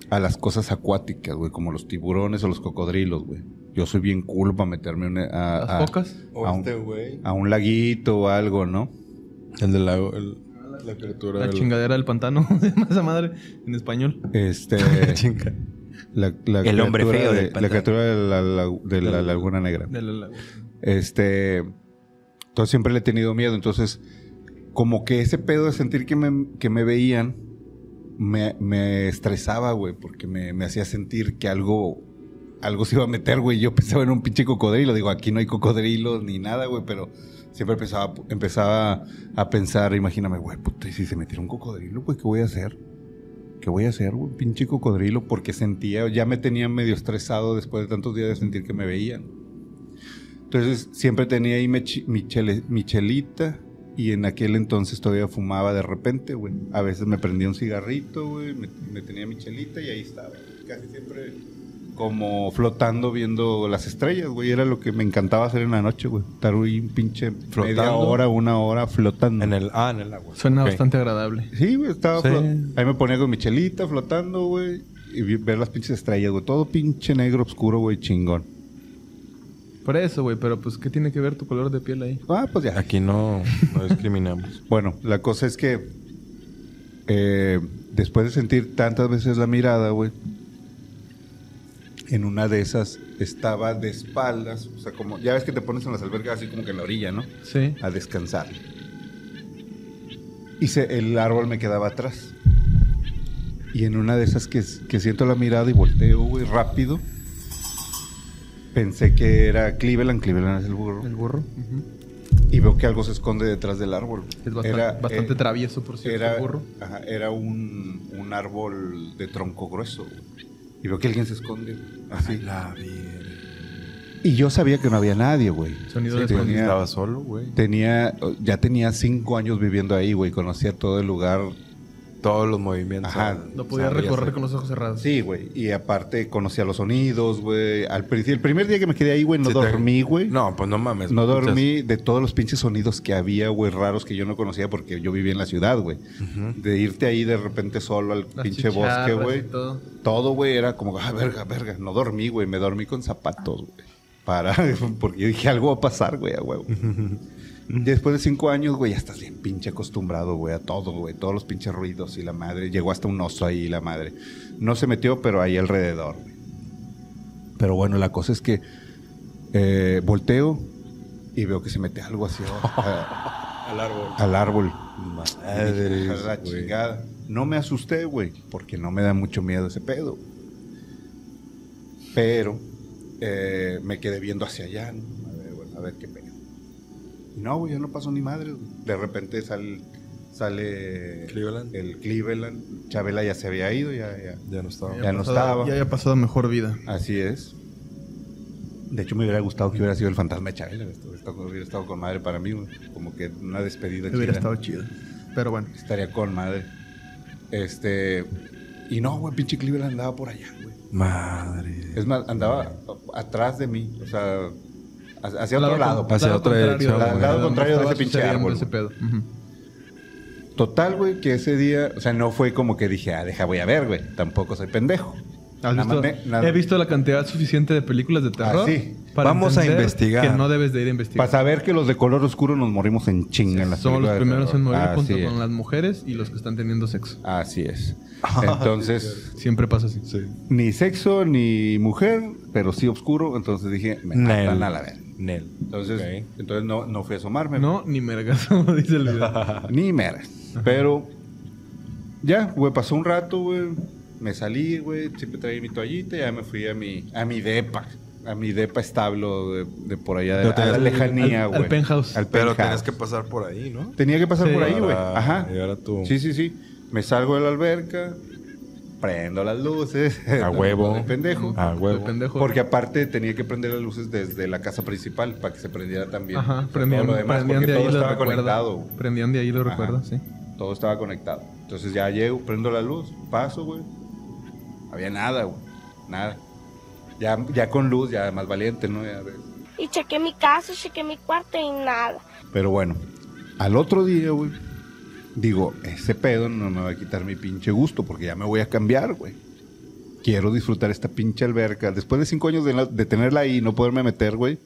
S2: a las cosas acuáticas, güey, como los tiburones o los cocodrilos, güey. Yo soy bien cool para meterme una- a,
S4: Las
S2: a-
S4: focas.
S3: O
S2: a un-
S3: este güey.
S2: a un laguito o algo, ¿no?
S3: El del lago. el- la criatura.
S4: La
S3: del-
S4: chingadera del pantano. se llama Esa madre en español.
S2: Este,
S3: La chinga.
S2: la, la
S5: El hombre
S2: criatura
S5: feo
S2: de-
S5: del
S2: la
S5: pantano.
S2: criatura de la, la- de la laguna negra.
S4: De la- la-
S2: Este, entonces siempre le he tenido miedo. Entonces, como que ese pedo de sentir que me, que me veían me, me estresaba, güey, porque me, me hacía sentir que algo algo se iba a meter, güey. Yo pensaba en un pinche cocodrilo. Digo, aquí no hay cocodrilos ni nada, güey, pero siempre pensaba, empezaba a pensar, imagíname, güey, puta, ¿y si se metiera un cocodrilo, güey, ¿qué voy a hacer? ¿Qué voy a hacer, güey? Pinche cocodrilo, porque sentía, ya me tenía medio estresado después de tantos días de sentir que me veían. Entonces, siempre tenía ahí mi, chi- mi chele- mi chelita y en aquel entonces todavía fumaba de repente, güey. A veces me prendía un cigarrito, güey, me, me tenía mi chelita y ahí estaba. Casi siempre como flotando viendo las estrellas, güey. Era lo que me encantaba hacer en la noche, güey. Estar ahí un pinche media
S3: Flotando.
S2: hora, una hora flotando.
S3: En el, ah, en el agua.
S4: Suena
S3: Ok.
S4: bastante agradable.
S2: Sí, güey, estaba
S3: Sí.
S2: flot- Ahí me ponía con mi chelita flotando, güey. Y vi- ver las pinches estrellas, güey. Todo pinche negro oscuro, güey, chingón.
S4: Por eso, güey, pero pues, ¿qué tiene que ver tu color de piel ahí?
S2: Ah, pues ya.
S3: Aquí no, no discriminamos.
S2: Bueno, la cosa es que eh, después de sentir tantas veces la mirada, güey, en una de esas estaba de espaldas, o sea, como ya ves que te pones en las albergas así como que en la orilla, ¿no?
S4: Sí.
S2: A descansar. Y se- el árbol me quedaba atrás. Y en una de esas que, que siento la mirada y volteo, güey, rápido. Pensé que era Cleveland, Cleveland es el burro.
S4: El burro.
S2: Y veo que algo se esconde detrás del árbol.
S4: Es bastan-
S2: Era,
S4: bastante
S2: eh,
S4: travieso, por cierto,
S2: era,
S4: el burro.
S2: ajá, era un, un árbol de tronco grueso. güey. Y veo que alguien se esconde. güey, así.
S4: Ah,
S3: La vida.
S2: Y yo sabía que no había nadie, güey.
S4: Sonido
S2: Sí,
S4: de
S2: tenía-
S4: fondo.
S3: Estaba solo, güey.
S2: Tenía, ya tenía cinco años viviendo ahí, güey. Conocía todo el lugar.
S3: Todos los movimientos.
S2: Ajá.
S4: Lo podía
S3: Sabías,
S4: recorrer
S3: eh.
S4: con los ojos cerrados.
S2: Sí, güey. Y aparte conocía los sonidos, güey. Al principio, el primer día que me quedé ahí, güey, no
S3: Sí, te-
S2: dormí, güey.
S3: No, pues no mames.
S2: No
S3: escuchas.
S2: dormí de todos los pinches sonidos que había, güey, raros que yo no conocía porque yo vivía en la ciudad, güey.
S3: Ujú.
S2: De irte ahí de repente solo al
S4: Las
S2: pinche
S4: chicharras
S2: bosque,
S4: y
S2: güey.
S4: todo.
S2: Todo, güey, era como, ah, verga, verga. No dormí, güey. Me dormí con zapatos, güey. Para, porque yo dije, algo va a pasar, güey, a huevo. Después de cinco años, güey, ya estás bien pinche acostumbrado, güey, a todo, güey. Todos los pinches ruidos y la madre. Llegó hasta un oso ahí, la madre. No se metió, pero ahí alrededor, güey. Pero bueno, la cosa es que eh, volteo y veo que se mete algo así a-
S3: Al árbol.
S2: al árbol.
S3: Madre.
S2: A la chingada. No me asusté, güey, porque no me da mucho miedo ese pedo. Pero eh, me quedé viendo hacia allá, ¿no? A ver, güey, a ver qué pedo. Y No, güey, yo no paso ni madre. güey. De repente sale, sale
S3: Cleveland. eh,
S2: el Cleveland. Chabela ya se había ido, ya, ya.
S3: Ya no estaba.
S4: Ya
S2: Ya no
S4: pasado-
S2: estaba.
S4: Ya había pasado mejor vida.
S2: Así es. De hecho, me hubiera gustado que hubiera sido el fantasma de Chabela. Esto, esto hubiera estado con madre para mí, güey. Como que una despedida.
S4: Hubiera
S2: chida.
S4: estado chido. Pero bueno.
S2: Estaría con madre. Este. Y no, güey, pinche Cleveland andaba por allá, güey.
S3: Madre.
S2: Es más, andaba atrás de mí, o sea, ha- hacia otro lado.
S4: con-
S2: pues.
S3: hacia otra
S4: contrario,
S3: dirección,
S4: güey.
S3: güey.
S2: Lado
S4: Donde
S2: contrario de
S4: estaba
S2: ese pinche
S4: sucediendo
S2: árbol,
S4: ese pedo. Ujú.
S2: Total, güey, que ese día, o sea, no fue como que dije, ah, deja, voy a ver, güey. Tampoco soy pendejo.
S4: ¿Has
S2: Nada
S4: visto-
S2: más me- nada-
S4: He visto la cantidad suficiente de películas de terror.
S2: Ah, sí.
S3: Vamos a
S4: entender
S3: investigar.
S4: Que no debes de ir a
S2: Para
S4: investigar.
S2: saber que los de color oscuro nos morimos en chinga en las
S4: Somos los
S2: películas
S4: primeros
S2: de
S4: en
S2: terror. Ah,
S4: morir
S2: Así
S4: junto
S2: es.
S4: con las mujeres y los que están teniendo sexo.
S2: Así es. Entonces,
S4: Siempre pasa así.
S3: Ah, Sí.
S2: ni sexo ni mujer, pero sí oscuro. Entonces dije, me matan a la verga.
S3: Nel.
S2: Entonces,
S3: Ok.
S2: entonces no, no fui a asomarme.
S4: No, ni mergas, como dice el video.
S2: Ni mera. Pero ya, güey, pasó un rato, güey. Me salí, güey. Siempre traía mi toallita y ya me fui a mi, a mi depa. A mi depa establo de, de por allá, de,
S3: Pero
S2: a
S3: tenías-
S2: la lejanía,
S4: al-
S2: güey.
S4: al penthouse.
S2: Al
S3: Pero
S2: penthouse.
S3: tenías que Ah, pasar por ahí, ¿no?
S2: Tenía que pasar
S4: Sí.
S2: por ahí, güey.
S3: Para
S2: Ajá.
S3: llegar a tu-
S2: Sí, sí, sí. Me salgo de la alberca, prendo las luces.
S3: A huevo. Ah.
S2: De pendejo.
S3: A huevo.
S4: El pendejo.
S2: Ah, Porque aparte tenía que prender las luces desde la casa principal para que se prendiera también.
S4: Ajá,
S2: Todo
S4: prendían,
S2: lo demás,
S4: prendían
S2: porque
S4: de ahí
S2: todo
S4: lo
S2: estaba
S4: recuerdo.
S2: conectado.
S4: Prendían de ahí lo
S2: Ajá.
S4: recuerdo, sí.
S2: Todo estaba conectado. Entonces ya llego, prendo la luz, paso, güey. Había nada, güey. Nada. Ya, ya con luz, ya más valiente, ¿no? Ya ves.
S5: Y chequé mi casa, chequé mi cuarto y nada.
S2: Pero bueno, al otro día, güey, digo, ese pedo no me va a quitar mi pinche gusto porque ya me voy a cambiar, güey. Quiero disfrutar esta pinche alberca. Después de cinco años de, la- de tenerla ahí y no poderme meter, güey,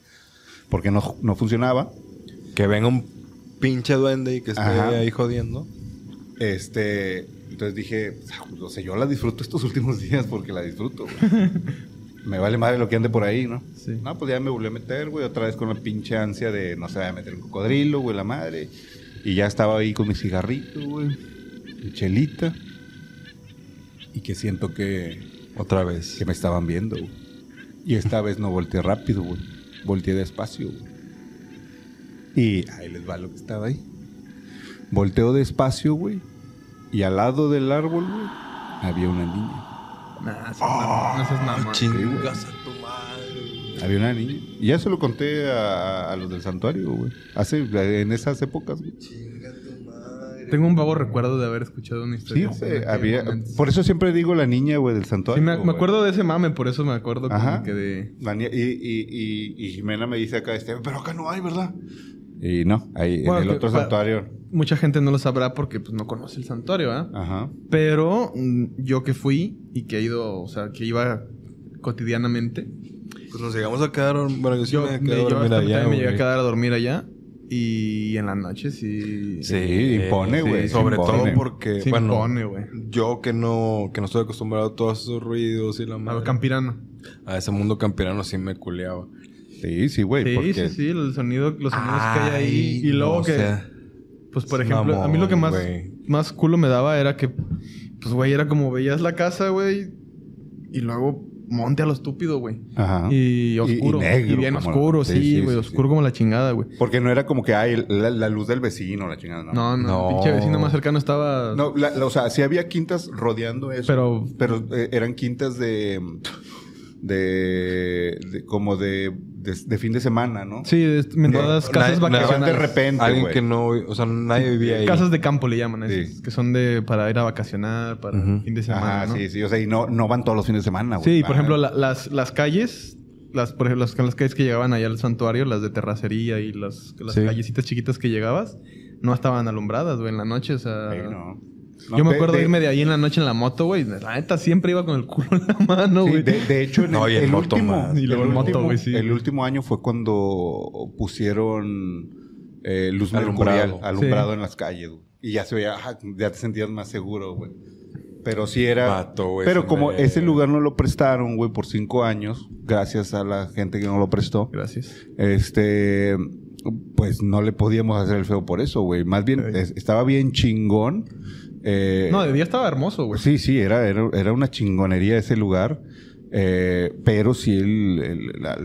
S2: porque no, no funcionaba,
S3: Que venga un pinche duende y que esté
S2: Ajá.
S3: ahí jodiendo.
S2: Este, entonces dije, "Ah, pues, o sea, yo la disfruto estos últimos días porque la disfruto, güey. Me vale madre lo que ande por ahí, ¿no?
S4: Sí.
S2: No, pues ya me volví a meter, güey, otra vez con la pinche ansia de no se vaya a meter un cocodrilo, güey, la madre. Y ya estaba ahí con mi cigarrito, güey, mi chelita. Y que siento que,
S3: Otra vez.
S2: que me estaban viendo, güey. Y esta vez no volteé rápido, güey. Volteé despacio, güey. Y ahí les va lo que estaba ahí. Volteo despacio, güey. Y al lado del árbol, güey, había una niña.
S4: Nah, eso es mamón, eso es
S2: Ah,
S4: mamón.
S3: Chingas a tu madre.
S2: Había una niña. Y ya se lo conté a, a los del santuario, güey. Hace, en esas épocas, güey.
S3: Chinga tu madre.
S4: Tengo un vago recuerdo de haber escuchado una
S2: Sí,
S4: historia. así en
S2: güey.
S4: aquel
S2: Había,
S4: momento.
S2: por eso siempre digo la niña, güey, del
S4: Sí,
S2: santuario.
S4: me, me
S2: güey.
S4: acuerdo de ese mame, por eso me acuerdo como
S2: Ajá.
S4: que de...
S2: La niña- y, y- y- y Jimena me dice acá, este, pero acá no hay, ¿verdad? Y no, ahí
S4: Bueno,
S2: en el
S4: que-
S2: otro
S4: pa-
S2: santuario.
S4: Mucha gente no lo sabrá porque pues, no conoce el santuario, ¿ah?
S2: Ajá.
S4: Pero mm, yo que fui y que he ido, o sea, que iba cotidianamente.
S3: Pues nos llegamos a quedar. Bueno, yo sí
S4: Yo,
S3: me
S4: me-
S3: quedé a
S4: yo
S3: dormir
S4: hasta
S3: allá,
S4: también me llegué a
S3: güey.
S4: quedar a dormir allá. Y en la noche sí...
S2: Sí, impone,
S4: sí,
S2: güey.
S4: sí
S3: Sobre
S2: impone.
S3: todo porque,
S4: se
S3: bueno,
S4: impone, güey.
S3: yo que no, que no estoy acostumbrado a todos esos ruidos y la
S4: A lo
S3: madre,
S4: campirano.
S3: a ese mundo campirano sí me culeaba.
S2: Sí, sí, güey.
S4: Sí,
S2: porque
S4: sí, sí, el sonido, los sonidos que hay ahí.
S3: Ay,
S4: Y luego
S3: no,
S4: que,
S3: o sea,
S4: pues por
S3: es
S4: ejemplo, a mí lo que más,
S3: mamón, güey.
S4: más culo me daba era que, pues güey, era como veías la casa, güey, y luego monte a lo estúpido, güey.
S2: Ajá.
S4: Y oscuro.
S2: Ah. y
S4: Y,
S2: negro,
S4: bien
S2: como-
S4: oscuro,
S2: sí,
S4: sí, güey,
S2: sí, sí,
S4: oscuro
S2: sí.
S4: como la chingada, güey.
S2: Porque no era como que hay la, la luz del vecino, la chingada, no.
S4: No, no,
S3: No.
S4: el pinche vecino más cercano estaba.
S2: No, la- la- o sea, sí había quintas rodeando eso.
S4: Pero-
S2: pero eh, eran quintas de, de, de- como de, de, de fin de semana, ¿no? Eh,
S4: Sí, es- mentadas
S3: Nadie-
S4: casas
S3: nadie-
S2: De
S4: vacacionales.
S2: repente,
S3: Alguien
S2: güey.
S3: que no, o sea, nadie vivía ahí.
S4: Casas de campo le llaman a
S2: Sí.
S4: esas, que son de para ir a vacacionar, para
S3: Ujú.
S4: fin de semana.
S2: Ajá,
S4: ¿no?
S2: sí, sí. O sea, y no, no van todos los fines de semana, güey.
S4: Sí, por
S2: Van-
S4: ejemplo, la- las, las calles, las, por ejemplo, las, las calles que llegaban allá al santuario, las de terracería y las, las
S3: Sí.
S4: callecitas chiquitas que llegabas, no estaban alumbradas, güey, en la noche, o sea...
S2: Sí, no. No,
S4: yo me
S2: de-
S4: acuerdo
S2: de-
S4: irme de ahí en la noche en la moto, güey. La neta siempre iba con el culo en la mano,
S2: sí,
S4: güey.
S2: de, de hecho, en
S3: No, y
S2: el,
S3: en
S2: el
S3: moto
S2: último,
S3: más.
S4: Y luego
S2: el
S4: en moto,
S2: último-
S4: güey, sí.
S2: el último año fue cuando pusieron eh, luz
S3: Alumbrado.
S2: mercurial, alumbrado en las calles, güey. Y ya se veía, ajá, ya te sentías más seguro, güey. Pero sí era...
S3: Vato, güey,
S2: pero
S3: se
S2: como
S3: me-
S2: ese lugar no lo prestaron, güey, por cinco años, gracias a la gente que no lo prestó,
S4: Gracias.
S2: este... Pues no le podíamos hacer el feo por eso, güey. Más bien,
S4: Sí.
S2: es- estaba bien chingón. eh,
S4: No, de día estaba hermoso, güey.
S2: Sí, sí, era, era, era una chingonería ese lugar, eh, pero sí el, el- la-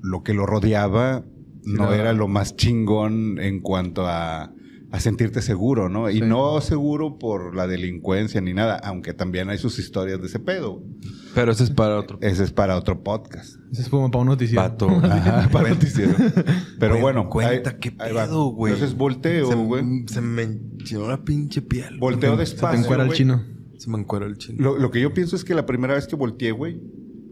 S2: lo que lo rodeaba
S4: Sí,
S2: no
S4: era-
S2: era lo más chingón en cuanto a, a sentirte seguro, ¿no? Y
S4: Sí.
S2: no seguro por la delincuencia ni nada, aunque también hay sus historias de ese pedo.
S3: Pero ese es para otro.
S2: Ese es para otro podcast.
S4: Ese es como para un noticiero.
S3: Pato.
S2: Ajá, para el noticiero. Pero
S3: Güey,
S2: bueno,
S3: Cuenta,
S2: ahí-
S3: qué
S2: ahí va.
S3: pedo, güey.
S2: Entonces volteo,
S3: Se-
S2: güey.
S3: Se me enchinó la pinche piel.
S2: Volteo
S4: Se te
S2: despacio.
S4: encuera el
S2: güey.
S4: chino.
S3: Se me encueró el chino.
S2: Lo, lo que yo pienso es que la primera vez que volteé, güey,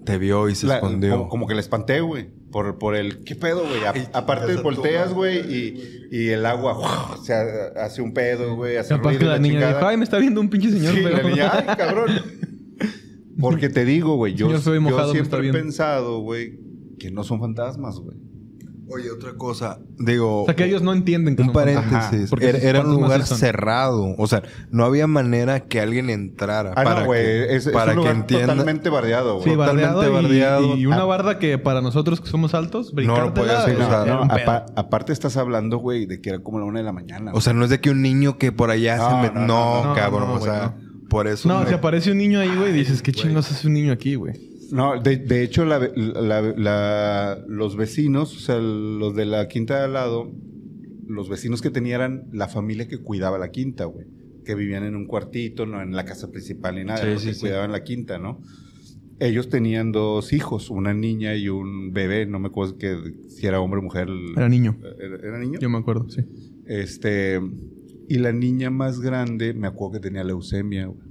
S3: Te vio y se
S2: La-
S3: escondió.
S2: Como, como que la espanté, güey. Por, por el... ¿Qué pedo, güey? A-
S3: Ay,
S2: aparte
S3: chingas a tu
S2: volteas,
S3: madre,
S2: güey, y, y el agua ¡guau! se ha- hace un pedo, güey. Hace
S4: Capaz
S2: ruido
S4: que
S2: y
S4: la niña
S2: chingada.
S4: dijo, ay, me está viendo un pinche señor.
S2: Sí,
S4: pero-
S2: la niña, ay, cabrón. Porque te digo, güey, yo,
S4: Yo soy
S2: yo
S4: mojado, me está
S2: siempre he
S4: viendo.
S2: pensado, güey, que no son fantasmas, güey.
S3: Oye, otra cosa. Digo.
S4: o sea, que ellos no entienden que
S3: Un
S4: son fantasmas.
S2: Ajá,
S3: paréntesis.
S4: porque
S3: era,
S4: sus
S3: era un
S4: fantasmas
S3: lugar
S4: sí son.
S3: cerrado. O sea, no había manera que alguien entrara.
S2: Ah,
S3: para
S2: no, güey.
S3: que,
S2: Es, es
S3: para
S2: un
S3: que
S2: lugar
S3: entienda.
S2: totalmente bardeado, güey.
S4: Sí, bardeado, y-
S3: bardeado.
S4: Y, una
S3: Ah.
S4: barda que para nosotros que somos altos, brincártela...
S3: lo podías hacer,
S2: Sí, no,
S4: era
S2: Pues, no,
S4: un pedo.
S2: apa- aparte estás hablando, güey, de que era como la una de la mañana.
S3: O sea, no es de que un niño que por allá
S2: No,
S3: se
S2: no,
S3: me...
S2: no,
S3: No,
S4: no,
S3: cabrón.
S4: no,
S3: o
S4: güey,
S3: sea, por eso.
S4: No,
S3: me-
S4: si aparece un niño ahí, güey, dices, ¿qué
S3: güey.
S4: chingos hace un niño aquí, güey?
S2: No, de, de hecho, la ve- la- la- los vecinos, o sea, los de la quinta de al lado, los vecinos que tenían eran la familia que cuidaba la quinta, güey. Que vivían en un cuartito, no en la casa principal ni nada,
S3: Sí,
S2: los
S3: sí,
S2: que
S3: sí.
S2: cuidaban la quinta, ¿no? Ellos tenían dos hijos, una niña y un bebé, no me acuerdo que, si era hombre o mujer. el-
S4: Era niño.
S2: ¿Era- era niño?
S4: Yo me acuerdo, sí.
S2: Este, y la niña más grande, me acuerdo que tenía leucemia, güey.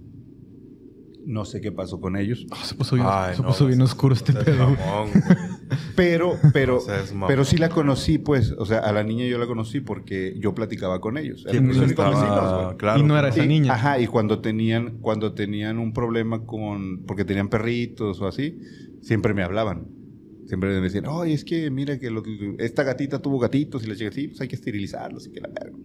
S2: No sé qué pasó con ellos.
S4: Ah, se puso bien,
S3: Ay,
S4: se
S3: no,
S4: puso bien
S3: no,
S4: oscuro este
S3: no,
S4: pedo. güey.
S3: mamón, güey.
S2: Pero, pero,
S3: O sea, es mamón.
S2: pero sí la conocí, pues. O sea, a la niña yo la conocí porque yo platicaba con ellos.
S3: Sí,
S2: Eran mis
S4: no
S2: únicos
S4: estaba-
S2: vecinos, güey.
S3: Ah, claro.
S4: Y no era
S2: Y-
S4: esa niña.
S2: Ajá, y cuando tenían, cuando tenían un problema con, porque tenían perritos o así, siempre me hablaban. Siempre me decían, ay, es que mira que lo- esta gatita tuvo gatitos y la chica, sí, pues hay que esterilizarlos y que la verga".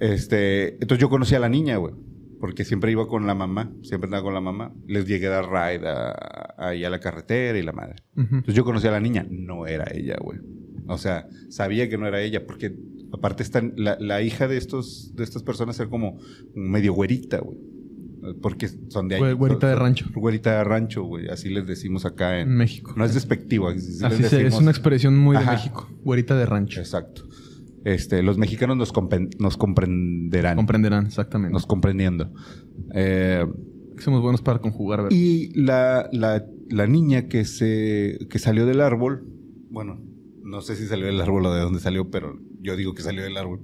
S2: Este, entonces yo conocí a la niña, güey. Porque siempre iba con la mamá, siempre andaba con la mamá. Les llegué a dar ride a- ahí a la carretera y la madre.
S4: Ujú.
S2: Entonces yo conocí a la niña, no era ella, güey. O sea, sabía que no era ella, porque aparte está la, la hija de estos de estas personas era como medio güerita, güey. Porque son de ahí.
S4: Güe- güerita de
S2: Son-
S4: rancho.
S2: Güerita de rancho, güey. Así les decimos acá
S4: En
S2: en...
S4: México.
S2: No es despectivo. así les
S4: Así se- es
S2: decimos.
S4: una expresión muy
S2: Ajá.
S4: de México. Güerita de rancho.
S2: Exacto. Este, los mexicanos nos, compen- nos comprenderán.
S4: Comprenderán, exactamente.
S2: nos comprendiendo. Eh,
S4: Somos buenos para conjugar, ¿verdad?
S2: y la, la- la niña que, se, que salió del árbol, bueno, no sé si salió del árbol o de dónde salió, pero yo digo que salió del árbol,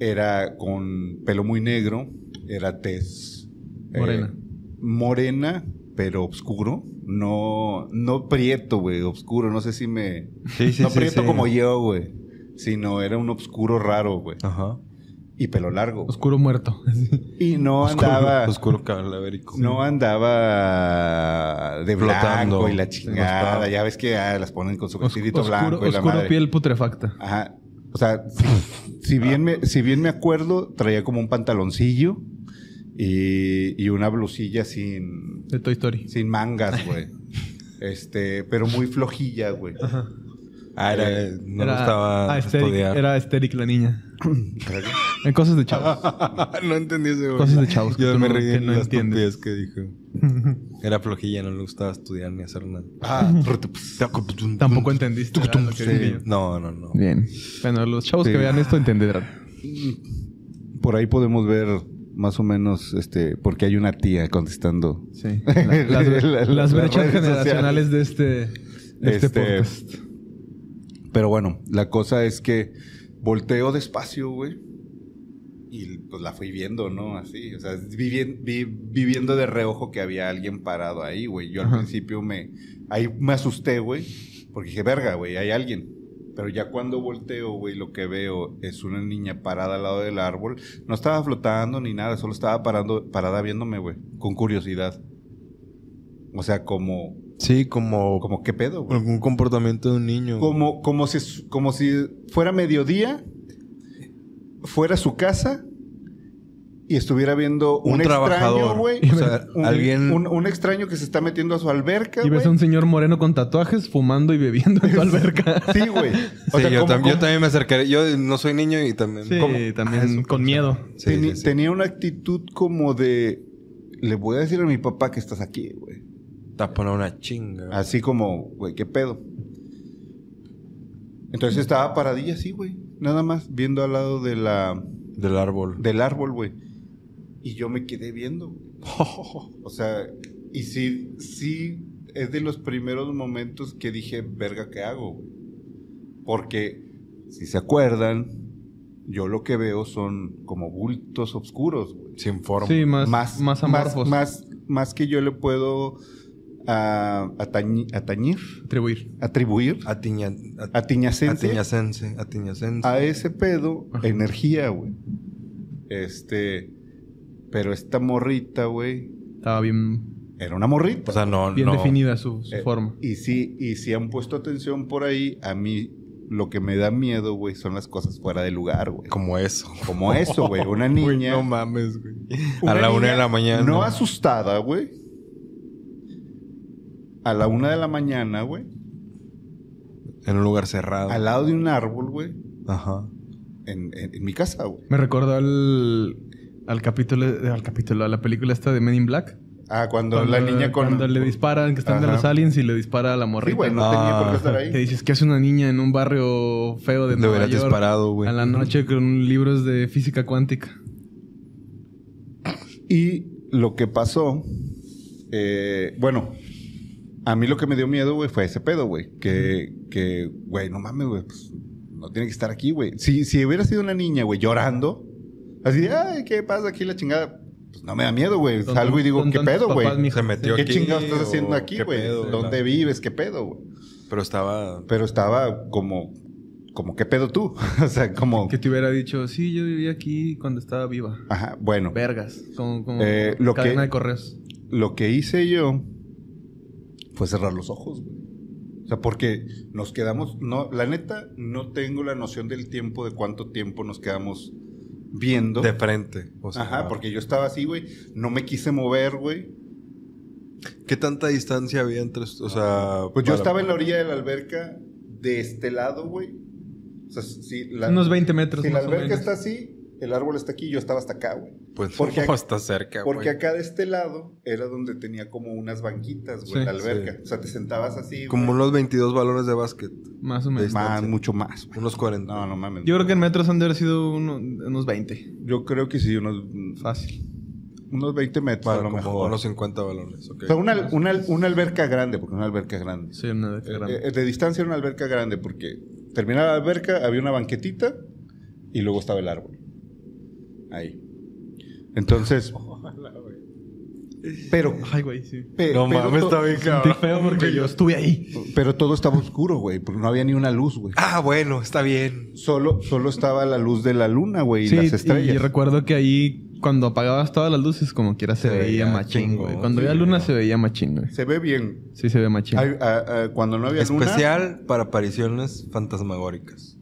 S2: era con pelo muy negro, era tez eh,
S4: Morena.
S2: morena, pero oscuro. No, no prieto, güey, oscuro. No sé si me.
S3: Sí, sí,
S2: no
S3: sí,
S2: prieto
S3: sí.
S2: como yo, güey. Sino era un oscuro raro, güey.
S3: Ajá.
S2: Y pelo largo. güey.
S4: Oscuro muerto.
S2: Y no andaba.
S3: Oscuro calavérico.
S2: No andaba de
S3: Flotando.
S2: blanco y la
S3: No
S2: chingada.
S3: estaba.
S2: Ya ves que ah, las ponen con su
S4: Os-
S2: vestidito
S4: oscuro
S2: blanco y la
S4: oscuro
S2: madre.
S4: piel putrefacta.
S2: Ajá. O sea, si, si bien me, si bien me acuerdo, traía como un pantaloncillo y, y una blusilla sin,
S4: De Toy Story.
S2: sin mangas, güey. Este, pero muy flojilla, güey.
S3: Ah, era, no
S4: Era-
S3: le gustaba
S4: ah, estéril-
S3: estudiar.
S4: Era estéril la niña. En cosas de chavos.
S3: no entendí ese güey.
S4: Cosas de chavos que
S3: Yo
S4: tú
S3: me
S4: no-
S3: reí
S4: que
S3: de
S4: no
S3: las
S4: entiendes.
S3: estupidez que dijo. Era flojilla, no le gustaba estudiar ni hacer nada.
S2: Ah,
S4: Tampoco entendiste. ¿verdad? Lo que
S2: sí.
S4: dije yo.
S3: No, no, no.
S4: Bien. Bueno, los chavos que vean esto entenderán.
S2: por ahí podemos ver más o menos, este, porque hay una tía contestando.
S4: Sí. La- las,
S2: La-
S4: las
S2: las
S4: brechas
S2: redes
S4: generacionales de este, de este
S2: Este,
S4: podcast.
S2: Pero bueno, la cosa es que volteo despacio, güey. Y pues la fui viendo, ¿no? Así, o sea, vi, bien- vi- vi viendo de reojo que había alguien parado ahí, güey. Yo al
S4: Ajá.
S2: principio me... Ahí me asusté, güey. Porque dije, verga, güey, hay alguien. Pero ya cuando volteo, güey, lo que veo es una niña parada al lado del árbol. No estaba flotando ni nada, solo estaba parando, parada viéndome, güey. Con curiosidad. O sea, como...
S3: Sí, como, como
S2: Como, ¿qué pedo, güey?
S3: algún comportamiento de un niño.
S2: Como, como, si, su- como si fuera mediodía, fuera su casa y estuviera viendo un,
S3: Un
S2: extraño,
S3: trabajador.
S2: güey.
S3: O sea,
S2: un,
S3: alguien-
S2: un- un extraño que se está metiendo a su alberca,
S4: Y ves a
S2: güey.
S4: un señor moreno con tatuajes, fumando y bebiendo en tu alberca.
S2: Sí, güey. O
S3: Sí,
S2: sea,
S3: yo,
S2: como-
S3: tam- yo
S2: como-
S3: también me acercaré. Yo no soy niño y también.
S4: Sí,
S3: ¿Cómo?
S4: también con miedo.
S3: Sí,
S2: teni-
S3: sí, sí.
S2: Tenía una actitud como de... Le voy a decir a mi papá que estás aquí, güey.
S3: Te va a poner una chinga.
S2: Así como, güey, ¿qué pedo? Entonces estaba paradilla así, güey. Nada más viendo al lado de la...
S3: Del árbol.
S2: del árbol, güey. Y yo me quedé viendo. güey. O sea, y sí, sí, es de los primeros momentos que dije, verga, ¿qué hago? güey?". Porque, si se acuerdan, yo lo que veo son como bultos oscuros, güey.
S3: Sin forma.
S4: Sí, más,
S2: Más,
S4: más, amorfos.
S2: Más, más, más que yo le puedo ah, atañi- atañir,
S4: Atribuir.
S2: atribuir,
S3: Atiña, at-
S2: atiñacense
S3: atiñacense. Atiñacense.
S2: a ese pedo
S4: Ajá.
S2: energía, güey. Este, pero esta morrita, güey,
S4: Estaba bien,
S2: era una morrita.
S3: O sea, no.
S4: bien
S3: no.
S4: definida su, su
S2: Eh,
S4: forma.
S2: Y si, y si han puesto atención por ahí, a mí lo que me da miedo, güey, son las cosas fuera de lugar, güey.
S3: Como eso.
S2: Como eso, güey, una niña.
S3: Güey, no mames, güey.
S2: una
S3: a la una
S2: niña
S3: de la mañana.
S2: No asustada, güey. A la una de la mañana, güey.
S3: En un lugar cerrado.
S2: Al lado de un árbol, güey.
S3: Ajá.
S2: En, en- en mi casa, güey.
S4: Me recordó al, al capítulo, al capítulo, a la película esta de Men in Black.
S2: Ah, cuando, la niña con.
S4: Cuando le disparan, que están de
S2: Ajá.
S4: los aliens y le dispara a la
S2: Sí,
S4: morrita.
S2: güey, no
S3: Ah.
S2: tenía por qué estar
S4: Que
S2: ahí.
S4: dices que hace una niña en un barrio feo de
S3: Te
S4: Nueva
S3: hubieras
S4: York
S3: disparado, güey.
S4: a la noche con libros de física cuántica.
S2: Y lo que pasó, eh, bueno, a mí lo que me dio miedo, güey, fue ese pedo, güey. Que, que, güey, no mames, güey, pues, no tiene que estar aquí, güey. Si, si hubiera sido una niña, güey, llorando, así, ay, ¿qué pasa aquí la chingada? Pues no me da miedo, güey.
S4: Con
S2: Salgo y
S4: tan-
S2: digo,
S4: con
S2: ¿qué
S4: tantos
S2: pedo, güey?
S4: papás, mijo.
S3: Se metió
S2: ¿Qué
S3: aquí,
S2: chingados estás
S3: o
S2: haciendo aquí,
S3: qué
S2: güey?
S3: pedo?
S2: ¿Dónde
S3: Ajá.
S2: vives? ¿Qué pedo, güey?
S3: Pero estaba.
S2: Pero estaba como, como, ¿qué pedo tú? o sea, como,
S4: Que te hubiera dicho, sí, yo vivía aquí cuando estaba viva.
S2: ajá, bueno.
S4: Vergas. Como, como
S2: Eh, lo
S4: cadena
S2: que-
S4: de correos.
S2: lo que hice yo fue cerrar los ojos, güey. O sea, porque nos quedamos, no, la neta, no tengo la noción del tiempo, de cuánto tiempo nos quedamos viendo.
S3: De frente. O sea,
S2: Ajá, porque yo estaba así, güey, no me quise mover, güey.
S3: ¿Qué tanta distancia había entre. O sea.
S2: Pues yo
S3: para-
S2: estaba en la orilla de la alberca, de este lado, güey. O sea, si la,
S4: Unos 20 metros
S2: si la
S4: más o
S2: alberca
S4: menos.
S2: está así, el árbol está aquí, yo estaba hasta acá, güey.
S3: Pues
S2: Porque
S3: no,
S2: ac-
S3: está cerca,
S2: Porque
S3: güey.
S2: acá de este lado era donde tenía como unas banquitas, güey,
S4: Sí,
S2: la alberca.
S3: sí.
S2: O sea, te sentabas así.
S3: Como
S2: güey.
S3: unos 22 balones de básquet.
S4: Más o menos.
S2: Más,
S3: distancia.
S2: mucho más. güey.
S3: Unos 40.
S2: Este, No, no mames.
S4: Yo creo que en metros han de haber sido uno- unos 20.
S2: Yo creo que sí, unos,
S4: Fácil.
S2: unos 20 metros
S3: Para
S2: a lo
S3: como
S2: mejor.
S3: unos 50 balones. ok.
S2: O sea, una, una- una alberca grande, porque una alberca grande.
S4: Sí, una de grande.
S2: Eh, eh, de distancia era una alberca grande, porque terminaba la alberca, había una banquetita y luego estaba el árbol. Ahí. Entonces. Pero,
S4: Ay, güey, sí.
S2: pe- pero,
S3: No mames,
S2: to-
S3: está bien
S4: Sentí
S3: cabrón.
S4: feo porque yo estuve ahí.
S2: pero todo estaba oscuro, güey, porque no había ni una luz, güey.
S3: Ah, bueno, está bien.
S2: Solo, solo estaba la luz de la luna, güey, y
S4: sí,
S2: las
S4: y
S2: estrellas.
S4: recuerdo que ahí, cuando apagabas todas las luces, como quiera se,
S3: Se
S4: veía
S3: veía
S4: machín,
S3: chingón,
S4: güey. Cuando
S3: sí,
S4: había luna
S3: güey.
S4: se veía machín, güey.
S2: Se ve bien.
S4: Sí, se ve machín.
S2: Hay- a- a- cuando no había luna.
S3: Especial para apariciones fantasmagóricas.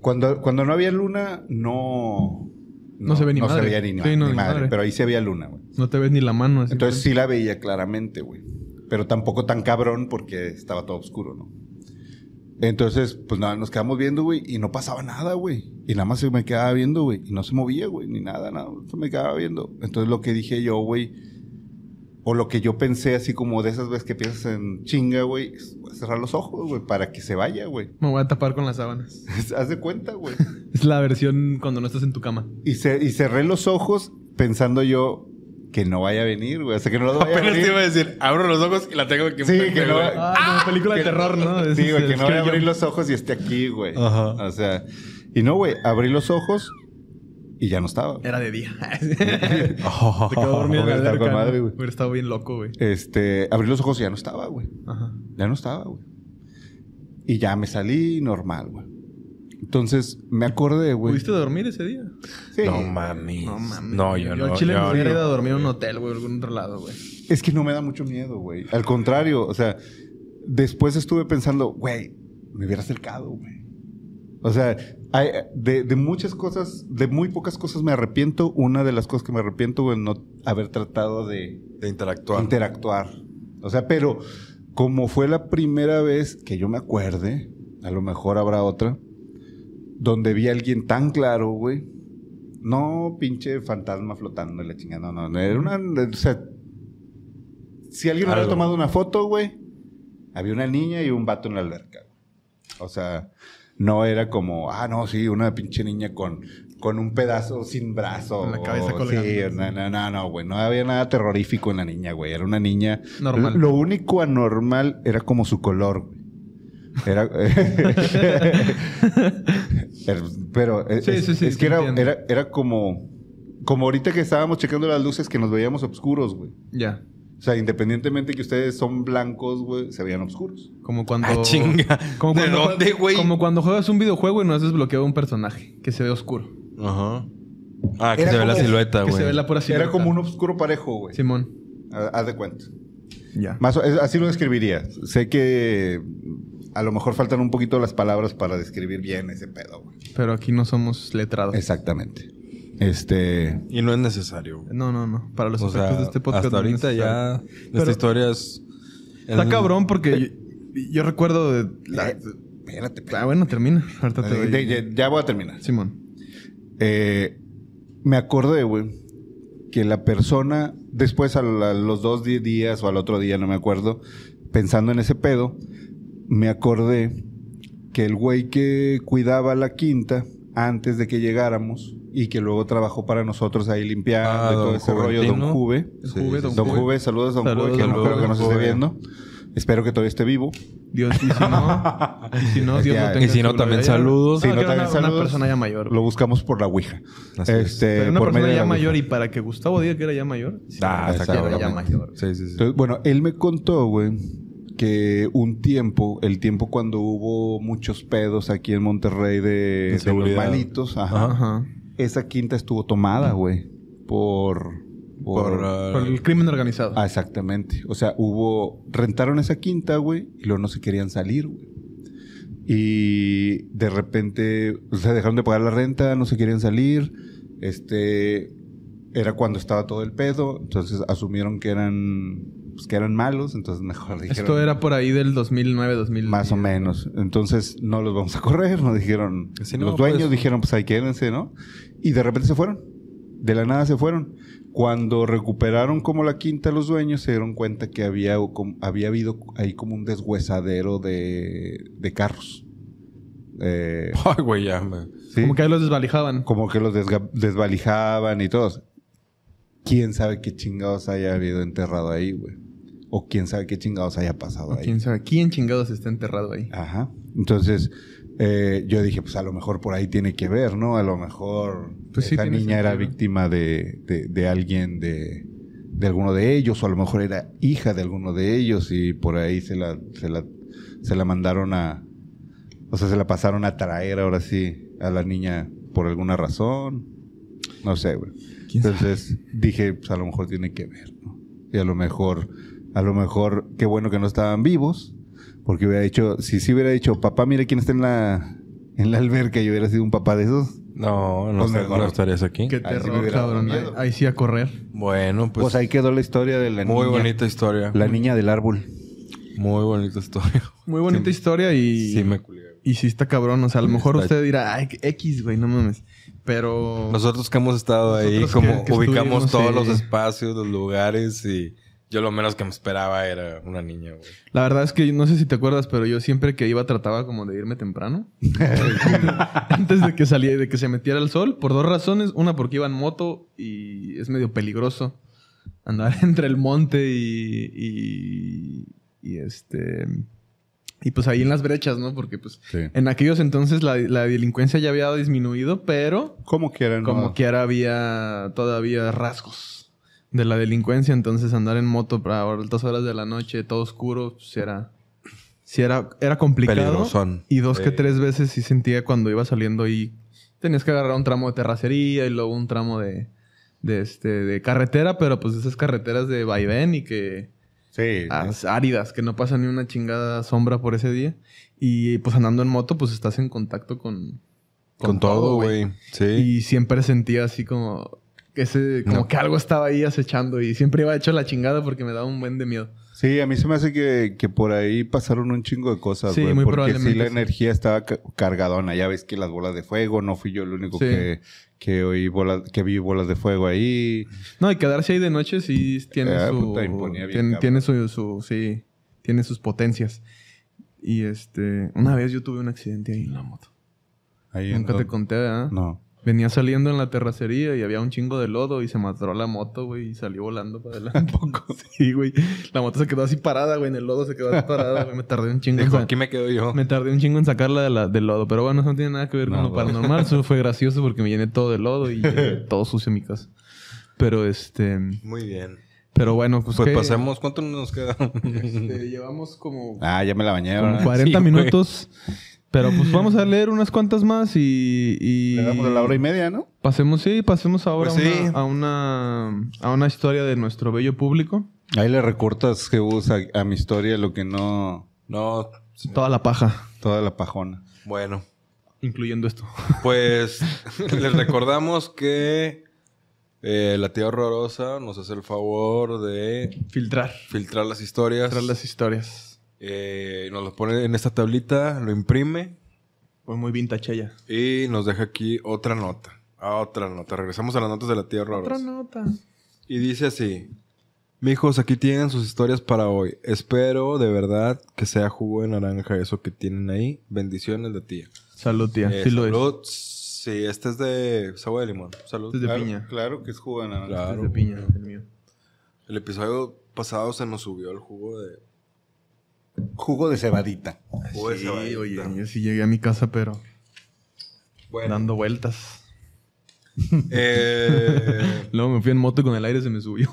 S2: Cuando, cuando no había luna, no.
S4: No se ve ni madre.
S2: veía ni, ma-
S4: Sí, no,
S2: ni
S4: ni
S2: madre,
S4: madre.
S2: Pero ahí se veía luna, güey.
S4: No te ves ni la mano así.
S2: Entonces sí la veía claramente, güey. Pero tampoco tan cabrón porque estaba todo oscuro, ¿no? Entonces, pues nada, nos quedamos viendo, güey, y no pasaba nada, güey. Y nada más se me quedaba viendo, güey, y no se movía, güey, ni nada, nada, se me quedaba viendo. Entonces lo que dije yo, güey, o lo que yo pensé así como de esas veces que piensas en chinga, güey, es pues, cerrar los ojos, güey, para que se vaya, güey.
S4: Me voy a tapar con las sábanas.
S2: Haz de cuenta, güey.
S4: Es la versión cuando no estás en tu cama.
S2: Y, cer- y cerré los ojos pensando yo que no vaya a venir, güey. O sea, que no lo vaya a venir.
S3: decir, abro los ojos y la tengo que...
S2: Sí, que no,
S4: Ah, como película de terror, ¿no? Es-
S2: Sí, güey, que
S4: es
S2: no voy a
S4: yo-
S2: abrir los ojos y esté aquí, güey.
S3: Ajá.
S2: O sea, y no, güey, abrí los ojos y ya no estaba.
S4: Era de día. Te quedó dormido en la
S2: Hubiera estado
S4: alberca,
S2: con
S4: ¿no?
S2: madre, güey.
S4: Hubiera estado bien loco, güey.
S2: Este, abrí los ojos y ya no estaba, güey.
S4: Ajá.
S2: Ya no estaba, güey. Y ya me salí normal, güey. Entonces, me acordé, güey.
S4: ¿Pudiste dormir ese día?
S2: Sí.
S3: No mames. No mames. No, yo,
S4: Yo
S3: no.
S4: al Chile
S3: yo
S4: me hubiera
S3: no.
S4: ido a dormir a un hotel, güey, algún otro lado, güey.
S2: Es que no me da mucho miedo, güey. Al contrario, o sea, después estuve pensando, güey, me hubiera acercado, güey. O sea, hay- de, de muchas cosas, de muy pocas cosas me arrepiento. Una de las cosas que me arrepiento, güey, no haber tratado de
S3: De interactuar.
S2: interactuar. O sea, pero como fue la primera vez que yo me acuerde, a lo mejor habrá otra, donde vi a alguien tan claro, güey. No, pinche fantasma flotando y la chingada. No, no, no. Era una. O sea, si alguien hubiera
S3: Algo.
S2: tomado una foto, güey, había una niña y un vato en la alberca. güey. O sea, no era como, ah, no, sí, una pinche niña con, con un pedazo sin brazo.
S4: Con la cabeza
S2: o-
S4: colgando.
S2: Sí, no, no, no, no, güey. No había nada terrorífico en la niña, güey. Era una niña.
S4: Normal.
S2: Lo único anormal era como su color, güey. Era. Pero- Pero e, es,
S4: Sí, sí, sí,
S2: es
S4: sí
S2: que era,
S4: entiendo.
S2: era, era como. Como ahorita que estábamos checando las luces que nos veíamos oscuros, güey.
S4: Ya.
S2: O sea, independientemente que ustedes son blancos, güey, se veían oscuros.
S4: Como cuando.
S3: Ah, chinga.
S4: Como
S3: ¿De
S4: cuando,
S3: dónde, güey?
S4: Como cuando juegas un videojuego y no has desbloqueado un personaje que se ve oscuro.
S3: Ajá. Ah, que
S2: Era
S3: se ve la
S2: como-
S3: silueta,
S4: que
S3: güey.
S4: se ve la pura silueta.
S2: Era como un oscuro parejo, güey.
S4: Simón.
S2: Ah, Haz de cuenta.
S4: Ya.
S2: Más o- es- así lo describiría. Sé que a lo mejor faltan un poquito las palabras para describir bien ese pedo, güey.
S4: Pero aquí no somos letrados.
S2: Exactamente. Este.
S3: Y no es necesario. güey.
S4: No, no, no. Para los
S3: O
S4: efectos
S3: sea,
S4: de este podcast.
S3: hasta
S4: no es
S3: ahorita
S4: necesario.
S3: ya...
S4: Pero-
S3: Esta historia es...
S4: Está
S3: es-
S4: cabrón porque yo, yo recuerdo de. la-
S2: eh, espérate,
S4: Ah, bueno, termina. Ahorita te doy.
S2: Eh, de- ya, ya voy a terminar.
S4: Simón.
S2: Eh, me acordé, güey, que la persona, después a la- los dos di- días o al otro día, no me acuerdo, pensando en ese pedo, me acordé que el güey que cuidaba la quinta antes de que llegáramos y que luego trabajó para nosotros ahí limpiando
S3: Ah,
S2: y todo
S3: don
S2: ese rollo, Don
S3: Juventino.
S2: Juve.
S4: El
S3: Sí,
S4: Juve,
S3: sí,
S4: don,
S2: Don
S4: Juve.
S2: Juve, saludos, Don
S4: Saludos,
S2: Juve, que
S4: don
S2: no creo
S4: Juve.
S2: que nos esté
S3: Juve.
S2: viendo. Espero que todavía esté vivo.
S4: Dios, y si no, y si no, Dios
S2: Ya,
S4: lo tenga
S3: y si
S4: en
S3: no,
S4: su
S3: también
S4: gloria.
S3: saludos. eh,
S2: Si
S4: No,
S2: no,
S4: que era
S2: también
S4: una, una
S2: saludos.
S4: persona ya mayor.
S2: Lo buscamos por la Ouija.
S4: pues,
S3: Así es.
S2: Este,
S4: Pero una
S2: por medio
S4: persona
S2: de
S4: ya
S2: la Ouija.
S4: mayor y para que Gustavo diga que era ya mayor. sí,
S3: Ah, está
S4: ya era
S3: cabrón.
S4: ya mayor.
S3: Sí, sí, sí.
S2: Entonces, bueno, él me contó, güey, que un tiempo, el tiempo cuando hubo muchos pedos aquí en Monterrey de,
S3: De
S2: de los
S3: seguridad.
S2: malitos, ajá,
S4: Ajá.
S2: esa quinta estuvo tomada, güey, por... por,
S3: Por, ah,
S4: Por el crimen organizado.
S2: Ah, exactamente. O sea, hubo... Rentaron esa quinta, güey, y luego no se querían salir, güey. Y de repente, o sea, dejaron de pagar la renta, no se querían salir. Este, era cuando estaba todo el pedo, entonces asumieron que eran pues, que eran malos, entonces mejor dijeron.
S4: Esto era por ahí del 2009, 2000.
S2: Más o menos. Entonces no los vamos a correr, nos dijeron.
S4: Sí, no,
S2: los dueños
S4: pues.
S2: dijeron, pues ahí quédense, ¿no? Y de repente se fueron. De la nada se fueron. Cuando recuperaron como la quinta los dueños, se dieron cuenta que había, o com- había habido ahí como un deshuesadero de, de carros. Eh,
S3: Ay, güey, ya. me-
S2: ¿sí?
S4: Como que ahí los desvalijaban.
S2: como que los desga- desvalijaban y todos. ¿Quién sabe qué chingados haya habido enterrado ahí, güey? O quién sabe qué chingados haya pasado
S4: O
S2: ahí. Ah,
S4: ¿Quién sabe quién chingados está enterrado ahí?
S2: Ajá. Entonces, eh, yo dije, pues a lo mejor por ahí tiene que ver, ¿no? A lo mejor
S4: Pues sí,
S2: esa
S4: tiene
S2: niña era
S4: sentido.
S2: víctima de, de- de alguien de, de alguno de ellos, o a lo mejor era hija de alguno de ellos, y por ahí se la, se la, se la mandaron a. O sea, se la pasaron a traer ahora sí a la niña por alguna razón. No sé, güey.
S4: ¿Quién sabe?
S2: Entonces dije, pues a lo mejor tiene que ver, ¿no? Y a lo mejor, a lo mejor, qué bueno que no estaban vivos, porque hubiera dicho, si sí hubiera dicho, papá, mira quién está en la, en la alberca, yo hubiera sido un papá de esos.
S3: No, no,
S2: Pues
S3: estar-
S2: mejor.
S3: no estarías aquí.
S4: Qué
S2: Ahí sí
S4: terror,
S2: me hubiera dado
S4: cabrón. Ahí,
S2: miedo.
S4: ahí sí a correr.
S3: Bueno,
S2: Pues,
S3: pues.
S2: ahí quedó la historia de la niña.
S3: muy bonita historia.
S2: La niña del árbol.
S3: Muy bonita historia.
S4: Muy bonita historia y...
S3: Sí, me culé. güey.
S4: Y sí está cabrón. O sea, a lo mejor
S3: Está-
S4: usted dirá, ay, X, güey, no mames. Pero...
S3: Nosotros que hemos estado ahí,
S4: Nosotros
S3: como
S4: que- que
S3: ubicamos
S4: estuvimos,
S3: todos
S4: sí.
S3: los espacios, los lugares y yo lo menos que me esperaba era una niña, güey.
S4: La verdad es que no sé si te acuerdas, pero yo siempre que iba trataba como de irme temprano. Antes de que saliera, de que se metiera el sol, por dos razones. Una, porque iba en moto y es medio peligroso andar entre el monte y. y, y este. Y pues ahí en las brechas, ¿no? Porque pues en aquellos entonces la, la delincuencia ya había disminuido, pero
S2: Como quieran. ¿no?
S4: como quiera había todavía rasgos de la delincuencia, entonces andar en moto a altas horas de la noche, todo oscuro, pues era, sí era, era complicado.
S3: Peligrosón.
S4: Y dos que
S3: Sí.
S4: tres veces sí sentía cuando iba saliendo y tenías que agarrar un tramo de terracería y luego un tramo de, de, este, de carretera, pero pues esas carreteras de vaivén y que
S2: Sí.
S4: ah, áridas, que no pasa ni una chingada sombra por ese día. Y pues andando en moto, pues estás en contacto con...
S3: Con, todo, güey. Sí.
S4: Y siempre sentía así como que ese, como
S3: No.
S4: que algo estaba ahí acechando y siempre iba hecho la chingada porque me daba un buen de miedo.
S2: Sí, a mí se me hace que, que por ahí pasaron un chingo de cosas,
S4: Sí,
S2: güey.
S4: muy
S2: porque sí
S4: probablemente
S2: la
S4: sí.
S2: energía estaba ca- cargadona. Ya ves que las bolas de fuego, no fui yo el único
S4: Sí.
S2: que, que oí bolas, que vi bolas de fuego ahí.
S4: No, y quedarse ahí de noche sí tiene
S2: Ah,
S4: su
S2: puta, imponía bien,
S4: tiene,
S2: cabrón.
S4: tiene su, su- sí, tiene sus potencias. Y este, una vez yo tuve un accidente ahí en la moto.
S2: Ahí en
S4: Nunca te
S2: donde-
S4: conté, ¿verdad?
S2: No.
S4: Venía saliendo en la terracería y había un chingo de lodo y se mató la moto, güey, y salió volando para adelante un poco. Sí, güey. La moto se quedó así parada, güey, en el lodo se quedó así parada, güey. Me tardé un chingo. en
S3: Dijo,
S4: sa-
S3: aquí me quedo yo.
S4: Me tardé un chingo en sacarla de la- del lodo, pero bueno, eso no tiene nada que ver con
S2: No,
S4: lo
S2: güey.
S4: paranormal. Eso fue gracioso porque me llené todo de lodo y llegué todo sucio en mi casa. Pero este.
S3: Muy bien.
S4: Pero bueno, pues.
S3: Pues
S4: ¿qué?
S3: pasemos. ¿Cuánto nos queda?
S4: Este, llevamos como,
S2: Ah, ya me la bañé.
S4: como
S2: ¿verdad?
S4: 40
S3: Sí, güey.
S4: minutos. Pero pues vamos a leer unas cuantas más y. y-
S2: Le damos a la hora y media, ¿no?
S4: Pasemos, sí, pasemos ahora
S3: Pues
S4: a,
S3: sí.
S4: una, a, una, a una historia de nuestro bello público.
S2: Ahí le recortas, Jesús, a, a mi historia lo que no...
S3: no.
S4: Toda la paja,
S2: Toda la pajona.
S3: Bueno.
S4: incluyendo esto.
S3: Pues les recordamos que eh, la tía horrorosa nos hace el favor de
S4: Filtrar.
S3: filtrar las historias.
S4: Filtrar las historias.
S3: Eh, nos lo pone en esta tablita, lo imprime
S4: Fue Pues muy vintage ella.
S3: y nos deja aquí otra nota. A otra nota. Regresamos a las notas de la tía horrorosa.
S4: Otra nota.
S3: Y dice así. Mijos, aquí tienen sus historias para hoy. Espero de verdad que sea jugo de naranja eso que tienen ahí. Bendiciones de tía.
S4: Salud, tía.
S3: Eh,
S4: sí lo es.
S3: salud. Sí, este es de sabor de limón. Salud.
S4: Este es de
S2: claro,
S4: piña.
S2: Claro que es jugo de naranja.
S3: Claro.
S4: Es de piña, el mío.
S3: El episodio pasado se nos subió el jugo de...
S2: Jugo de cebadita.
S3: Jugo de
S4: Sí,
S3: cebadita.
S4: oye, yo sí llegué a mi casa, pero
S3: Bueno,
S4: dando vueltas.
S3: eh,
S4: Luego me fui en moto y con el aire se me subió.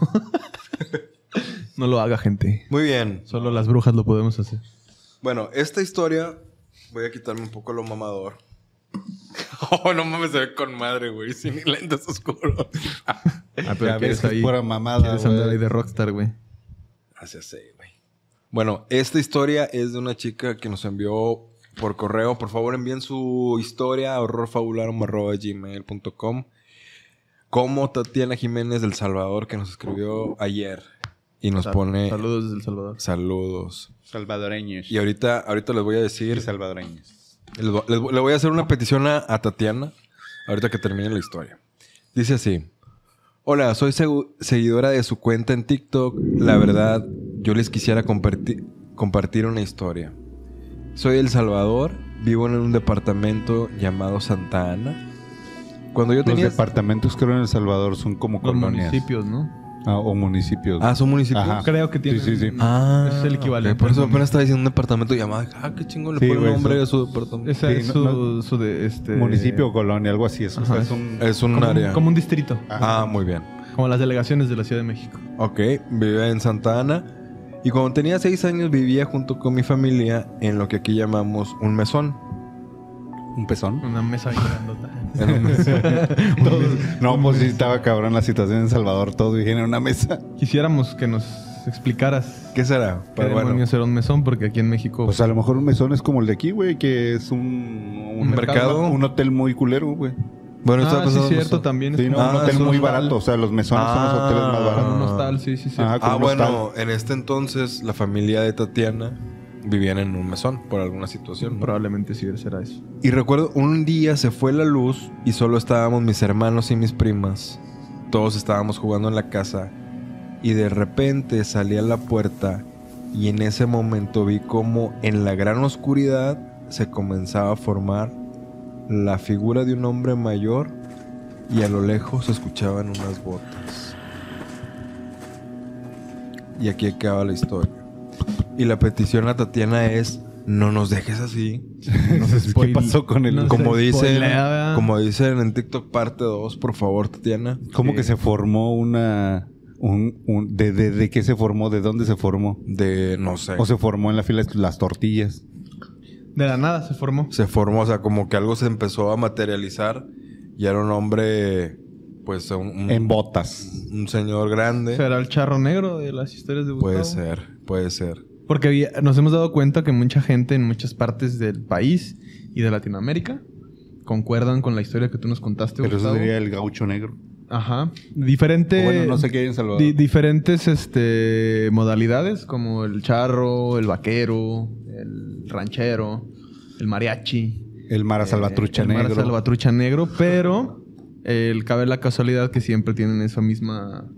S4: no lo haga, gente.
S3: muy bien.
S4: Solo las brujas lo podemos hacer.
S3: Bueno, esta historia... Voy a quitarme un poco lo mamador. Oh, no mames, se ve con madre, güey. Sin lentes oscuros.
S4: Ah,
S2: Ya ves que es pura mamada,
S4: Quieres andar
S2: güey.
S4: ahí de rockstar, güey.
S3: Así es, güey. Bueno, esta historia es de una chica que nos envió por correo. Por favor, envíen su historia a horrorfabularum.gmail.com Como Tatiana Jiménez del Salvador, que nos escribió ayer. y nos
S4: Sal-
S3: pone
S4: Saludos desde El Salvador.
S3: saludos.
S2: Salvadoreños.
S3: Y ahorita, ahorita les voy a decir,
S2: Y salvadoreños.
S3: les vo- les vo- le voy a hacer una petición a, a Tatiana, ahorita que termine la historia. Dice así. Hola, soy segu- seguidora de su cuenta en TikTok. La verdad, yo les quisiera comparti- compartir una historia. Soy de El Salvador, vivo en un departamento llamado Santa Ana. Cuando yo
S2: Los
S3: tenía...
S2: departamentos creo en El Salvador son como
S4: Los
S2: colonias.
S4: municipios, ¿no?
S2: Ah, o municipios.
S3: Ah, son municipios.
S2: Ajá.
S4: Creo que tienen.
S2: Sí, sí, sí.
S3: Ah,
S4: es el equivalente.
S3: ok, Por eso apenas estaba diciendo un departamento llamado. Ah, qué chingo le
S2: Sí,
S3: pone
S2: güey,
S3: nombre a
S2: eso-
S3: su departamento.
S4: Esa
S2: Sí,
S4: es
S2: no-
S4: su,
S2: no-
S4: su de este.
S2: Municipio o colonia, algo así. Es, o sea,
S4: Ajá.
S2: es un-
S3: Es un
S4: Como,
S3: área.
S4: como un distrito.
S3: Ah, muy bien.
S4: Como las delegaciones de la Ciudad de México.
S3: Ok, vivía en Santa Ana. Y cuando tenía seis años vivía junto con mi familia en lo que aquí llamamos un mesón.
S2: un pezón.
S4: Una mesa bien grandota.
S3: En un mesón.
S2: No, pues sí estaba cabrón la situación en El Salvador. Todo viene en una mesa.
S4: Quisiéramos que nos explicaras
S3: ¿Qué será?
S4: qué
S3: Pero bueno,
S4: demonios era un mesón, porque aquí en México.
S2: Pues a lo mejor un mesón es como el de aquí, güey, que es un,
S3: un
S2: un,
S3: mercado.
S2: un hotel muy culero, güey.
S3: Bueno, estaba
S4: ah, sí,
S3: pensando en
S4: cierto,
S3: mesón.
S4: también. es
S2: pues Sí, no,
S4: como-
S3: Ah,
S2: un
S3: es
S2: hotel
S3: un
S2: muy
S3: hostal.
S2: barato. O sea, los mesones son los
S3: Ah.
S2: hoteles más
S4: como
S2: baratos.
S4: un hostal, sí, sí, sí.
S2: Ajá.
S3: Ah,
S2: con un hostal.
S3: bueno, en este entonces la familia de Tatiana vivían en un mesón por alguna situación. ¿no?
S4: Probablemente sí será eso.
S3: Y recuerdo, un día se fue la luz y solo estábamos mis hermanos y mis primas. Todos estábamos jugando en la casa. Y de repente salí a la puerta y en ese momento vi como en la gran oscuridad se comenzaba a formar la figura de un hombre mayor y a lo lejos se escuchaban unas botas. Y aquí acaba la historia. Y la petición a Tatiana es, no nos dejes así.
S2: ¿Qué pasó con el.?
S4: No sé.
S3: Como
S4: Se
S3: dicen,
S4: spoilea.
S3: como dicen en TikTok parte 2, por favor, Tatiana.
S2: ¿Cómo
S4: Sí.
S2: que se formó una. Un, un- de, de- de qué se formó? ¿De dónde se formó?
S3: De, no sé.
S2: ¿O se formó en la fila de las tortillas?
S4: De la nada se formó.
S3: se formó, o sea, como que algo se empezó a materializar y era un hombre, pues, un, un-
S2: En botas.
S3: un señor grande.
S4: Será el charro negro de las historias de Gustavo.
S3: Puede ser, puede ser.
S4: Porque vi- nos hemos dado cuenta que mucha gente en muchas partes del país y de Latinoamérica concuerdan con la historia que tú nos contaste,
S2: Pero eso
S4: Gustavo.
S2: sería el gaucho negro.
S4: Ajá. Diferente,
S2: O bueno, no sé qué hay en Salvador.
S4: di- diferentes este, modalidades, como el charro, el vaquero, el ranchero, el mariachi.
S2: el Mara Salvatrucha
S4: Eh, el mar
S2: negro.
S4: salvatrucha negro, pero el cabe la casualidad que siempre tienen esa misma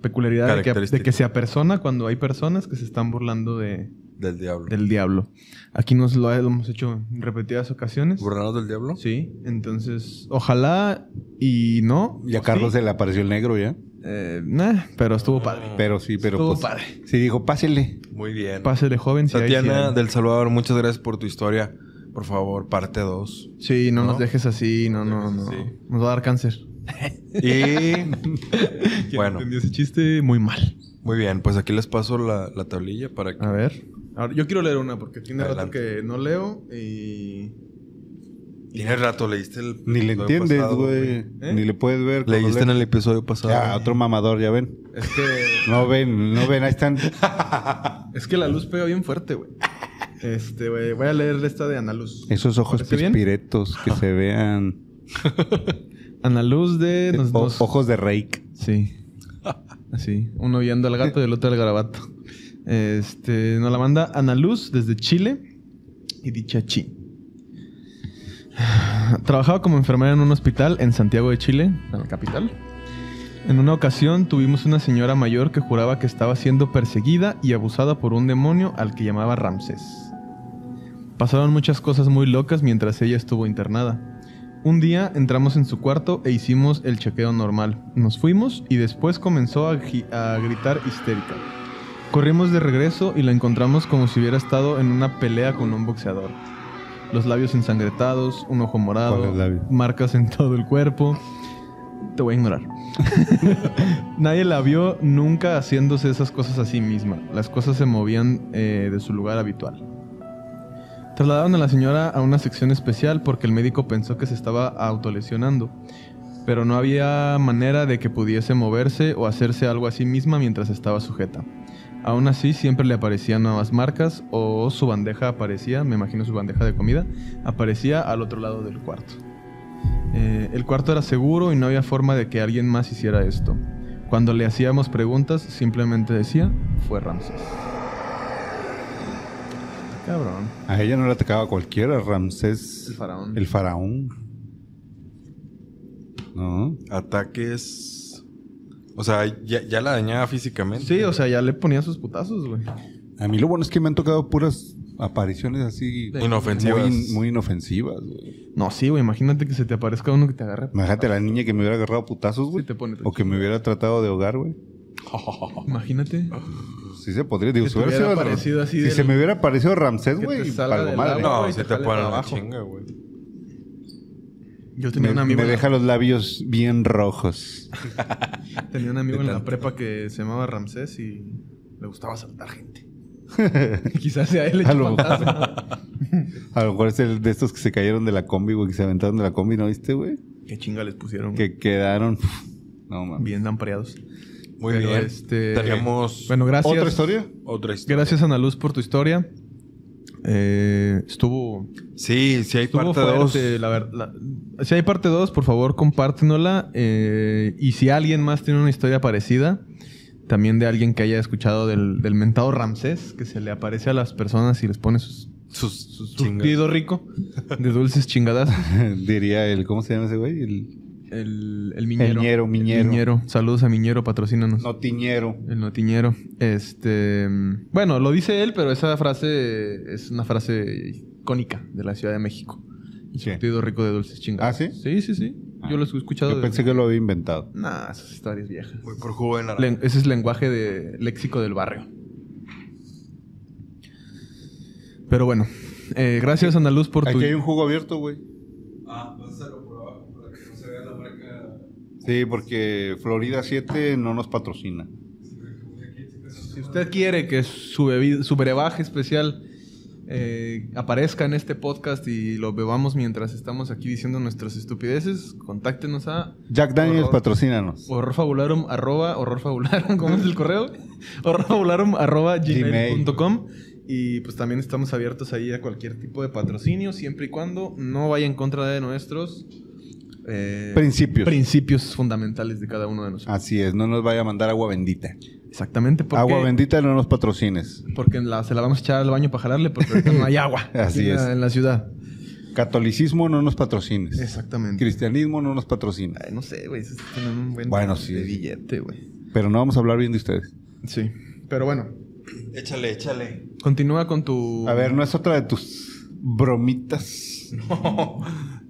S4: peculiaridad de que,
S3: Característica.
S4: de que se apersona cuando hay personas que se están burlando de,
S3: Del diablo.
S4: del diablo. Aquí nos lo, ha- lo hemos hecho en repetidas ocasiones.
S3: ¿Burlanos del diablo?
S4: Sí, entonces ojalá y no. Pues
S2: y a Carlos
S4: Sí.
S2: se le apareció el negro ya.
S4: Eh, nah, pero estuvo padre.
S2: Pero sí, pero
S4: estuvo
S2: pues.
S4: padre.
S2: Sí, dijo, pásele.
S3: Muy bien.
S4: Pásele joven. si hay- si
S3: Tatiana
S4: hay.
S3: del Salvador, muchas gracias por tu historia. Por favor, parte 2.
S4: Sí, no,
S3: ¿No?
S4: nos dejes así, no, no,
S3: Nos
S4: no.
S3: dejes así.
S4: Nos va a dar cáncer.
S3: Y bueno,
S4: Entendió ese chiste muy mal.
S3: muy bien, pues aquí les paso la, la tablilla para
S2: Ah.
S3: que...
S4: A ver. Ahora, yo quiero leer una porque tiene rato
S3: Adelante.
S4: que no leo y.
S3: Tiene rato, leíste el...
S2: Ni le
S3: episodio
S2: entiendes,
S3: pasado,
S2: güey.
S4: ¿Eh?
S2: Ni le puedes ver. cuando
S3: Leíste en
S2: lees.
S3: el episodio pasado.
S2: Ya, otro mamador, ya ven.
S4: Es que,
S2: No ven, no ven, ahí están.
S4: es que la luz pega bien fuerte, güey. Este, güey, voy a leer esta de Ana Luz.
S2: Esos ojos
S4: ¿Parece bien?
S2: pispiretos que se vean.
S4: Ana Luz
S3: Eh,
S4: de. nos-
S2: O-
S4: nos-
S2: ojos de Reik.
S4: Sí. Así. Uno guiando al gato y el otro al garabato. Este, nos la manda Ana Luz desde Chile y dicha chi. Trabajaba como enfermera en un hospital en Santiago de Chile, en la capital. En una ocasión tuvimos una señora mayor que juraba que estaba siendo perseguida y abusada por un demonio al que llamaba Ramsés. Pasaron muchas cosas muy locas mientras ella estuvo internada. Un día entramos en su cuarto e hicimos el chequeo normal. Nos fuimos y después comenzó a, gi- a gritar histérica. Corrimos de regreso y la encontramos como si hubiera estado en una pelea con un boxeador. Los labios ensangrentados, un ojo morado,
S2: ¿Cuáles labios?
S4: marcas en todo el cuerpo. Te voy a ignorar. Nadie la vio nunca haciéndose esas cosas a sí misma. Las cosas se movían eh, de su lugar habitual. Trasladaron a la señora a una sección especial porque el médico pensó que se estaba autolesionando, pero no había manera de que pudiese moverse o hacerse algo a sí misma mientras estaba sujeta. Aún así, siempre le aparecían nuevas marcas o su bandeja aparecía, me imagino su bandeja de comida, aparecía al otro lado del cuarto. Eh, el cuarto era seguro y no había forma de que alguien más hiciera esto. Cuando le hacíamos preguntas, simplemente decía, fue Ramses. Cabrón.
S2: A ella no la atacaba cualquiera, Ramsés.
S4: El faraón.
S2: El faraón. No.
S3: Ataques. O sea, ya, ya la dañaba físicamente.
S4: Sí, o sea, ya le ponía sus putazos, güey.
S2: A mí lo bueno es que me han tocado puras apariciones así.
S4: De-
S3: Inofensivas.
S2: Muy, in- muy inofensivas, güey.
S4: No, sí, güey, imagínate que se te aparezca uno que te agarre.
S2: Imagínate la niña que me hubiera agarrado a putazos,
S4: Sí,
S2: güey.
S4: te pone
S2: o que me hubiera tratado de ahogar, güey. Pues
S4: Imagínate.
S2: Sí se podría. Digo,
S4: Que
S2: si
S4: te
S2: hubiera
S4: hubiera
S2: sido-
S4: aparecido así
S2: Si
S4: del-
S2: se me hubiera parecido Ramsés,
S4: que te
S2: güey,
S4: salga
S2: palgo
S4: del
S2: madre.
S4: agua
S3: No,
S4: y
S3: sí
S4: te
S3: te
S4: jala
S3: ponen la
S4: abajo.
S3: chinga, güey.
S4: Yo tenía
S2: Me,
S4: un amigo.
S2: me
S4: en la-
S2: deja los labios bien rojos.
S4: Tenía un amigo
S3: De
S4: en la
S3: tanto.
S4: prepa que se llamaba Ramsés y le gustaba saltar gente. Quizás sea él
S2: A
S4: hecho
S2: lo-
S4: fantasma.
S2: A lo mejor es el de estos que se cayeron de la combi, güey, que se aventaron de la combi, ¿no viste, güey?
S4: Qué chinga les pusieron.
S2: Que quedaron. No mames.
S4: Bien lampreados.
S3: Muy
S4: Pero,
S3: bien.
S4: este,
S3: Tenemos
S4: Bueno, gracias.
S2: ¿Otra historia?
S3: otra historia.
S4: Gracias, Ana Luz, por tu historia. Eh, estuvo
S3: Sí, sí hay
S4: Estuvo
S3: parte
S4: fuerte,
S3: 2.
S4: la ver- la- si hay parte 2, por favor, compártenosla. eh, y si alguien más tiene una historia parecida, también de alguien que haya escuchado del, del mentado Ramsés, que se le aparece a las personas y les pone sus
S3: Sus, sus
S4: surtido rico de dulces chingadas.
S2: Diría el. ¿Cómo se llama ese güey? El
S4: El, el miñero.
S2: ñero, miñero.
S4: miñero. Saludos a Miñero, patrocínanos.
S2: notiñero.
S4: El notiñero. Este. mm, Bueno, lo dice él, pero esa frase es una frase icónica de la Ciudad de México. El
S2: Sí.
S4: surtido rico de dulces chingados.
S2: ¿Ah, sí?
S4: Sí, sí, sí.
S2: Ah.
S4: Yo lo he escuchado.
S2: Yo pensé que lo había inventado.
S4: Nah, esas historias viejas.
S3: Voy por jugo de naranja.
S4: Len- ese es lenguaje de léxico del barrio. Pero bueno, eh, gracias Ana Luz por tu.
S2: Aquí hay un jugo abierto, güey.
S3: Ah, pásalo por abajo para que no se vea la marca.
S2: Sí, porque Florida 7 no nos patrocina.
S4: Si usted quiere que su, bebida, su brebaje especial eh, aparezca en este podcast y lo bebamos mientras estamos aquí diciendo nuestras estupideces, contáctenos a
S2: Jack Daniels,
S4: Horror.
S2: patrocínanos.
S4: horrorfabularum arroba horrorfabularum ¿cómo es el correo? horrorfabularum arroba gmail punto com. y pues también estamos abiertos ahí a cualquier tipo de patrocinio siempre y cuando no vaya en contra de nuestros eh,
S2: Principios. Ah,
S4: principios fundamentales de cada uno de nosotros
S2: Así es, no nos vaya a mandar agua bendita.
S4: exactamente porque,
S2: Agua bendita no nos patrocines.
S4: porque la- se la vamos a echar al baño para jalarle porque ahorita no hay agua
S2: Así
S4: en la-
S2: es.
S4: en la ciudad
S2: Catolicismo no nos patrocines.
S4: exactamente
S2: Cristianismo no nos patrocina.
S4: Ay, no sé güey eso es tener un buen
S2: Bueno, sí.
S4: de billete güey
S2: Pero no vamos a hablar bien de ustedes.
S4: sí pero bueno
S3: Échale, échale.
S4: continúa con tu
S2: A ver, ¿no es otra de tus bromitas?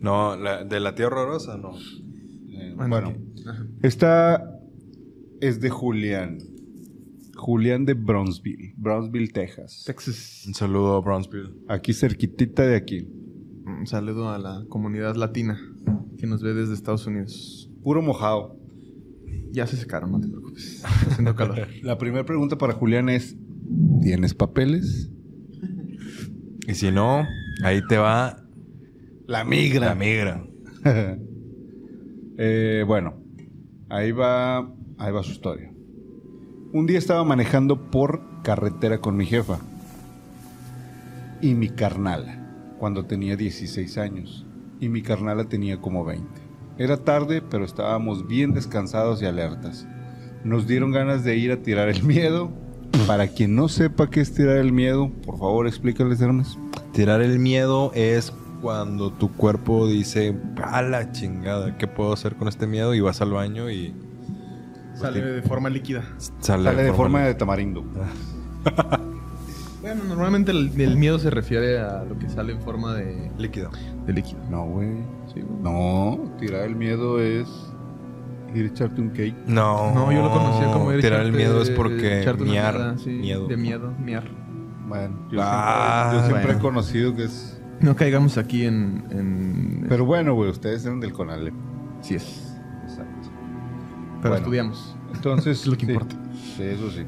S3: No, la, de la tía horrorosa, no.
S2: Eh,
S4: Bueno,
S2: bueno,
S4: ok. Ajá.
S2: esta es de Julián. Julián de Brownsville, Brownsville, Texas.
S4: Texas.
S3: Un saludo a Brownsville.
S2: Aquí cerquitita de aquí.
S4: Un saludo a la comunidad latina que nos ve desde Estados Unidos.
S2: Puro mojado.
S4: Ya se secaron, no te preocupes. Está haciendo calor.
S2: La primera pregunta para Julián es, ¿tienes papeles?
S3: Y si no, ahí te va
S2: La migra.
S3: la migra.
S2: Eh, bueno, ahí va, ahí va su historia. Un día estaba manejando por carretera con mi jefa y mi carnala, cuando tenía 16 años, y mi carnala tenía como 20. Era tarde, pero estábamos bien descansados y alertas. Nos dieron ganas de ir a tirar el miedo. Para quien no sepa qué es tirar el miedo, por favor explícales, Hermes.
S3: Tirar el miedo es cuando tu cuerpo dice, a la chingada, ¿qué puedo hacer con este miedo? Y vas al baño y
S4: Sale de forma líquida.
S3: sale,
S2: Sale de forma de tamarindo.
S4: Bueno, normalmente el, el miedo se refiere a lo que sale en forma de,
S3: líquida.
S4: de líquido.
S2: No, güey.
S4: Sí, güey.
S2: No, tirar el miedo es ir a echarte un cake.
S3: No,
S4: No, yo lo conocía como ir a
S3: Oh, Tirar el
S4: echarte-
S3: miedo es porque
S4: echarte una
S3: miar,
S4: miada, sí,
S3: miedo.
S4: De miedo, miar.
S2: Bueno, yo
S3: Ah,
S2: siempre, yo siempre
S4: bueno.
S2: he conocido que es.
S4: No caigamos aquí en... en
S2: Pero bueno, güey, ustedes eran del Conalep.
S4: sí es.
S2: Exacto.
S4: Pero
S2: Bueno.
S4: estudiamos.
S2: Entonces.
S4: Es lo que
S2: sí.
S4: importa.
S2: Sí, eso sí.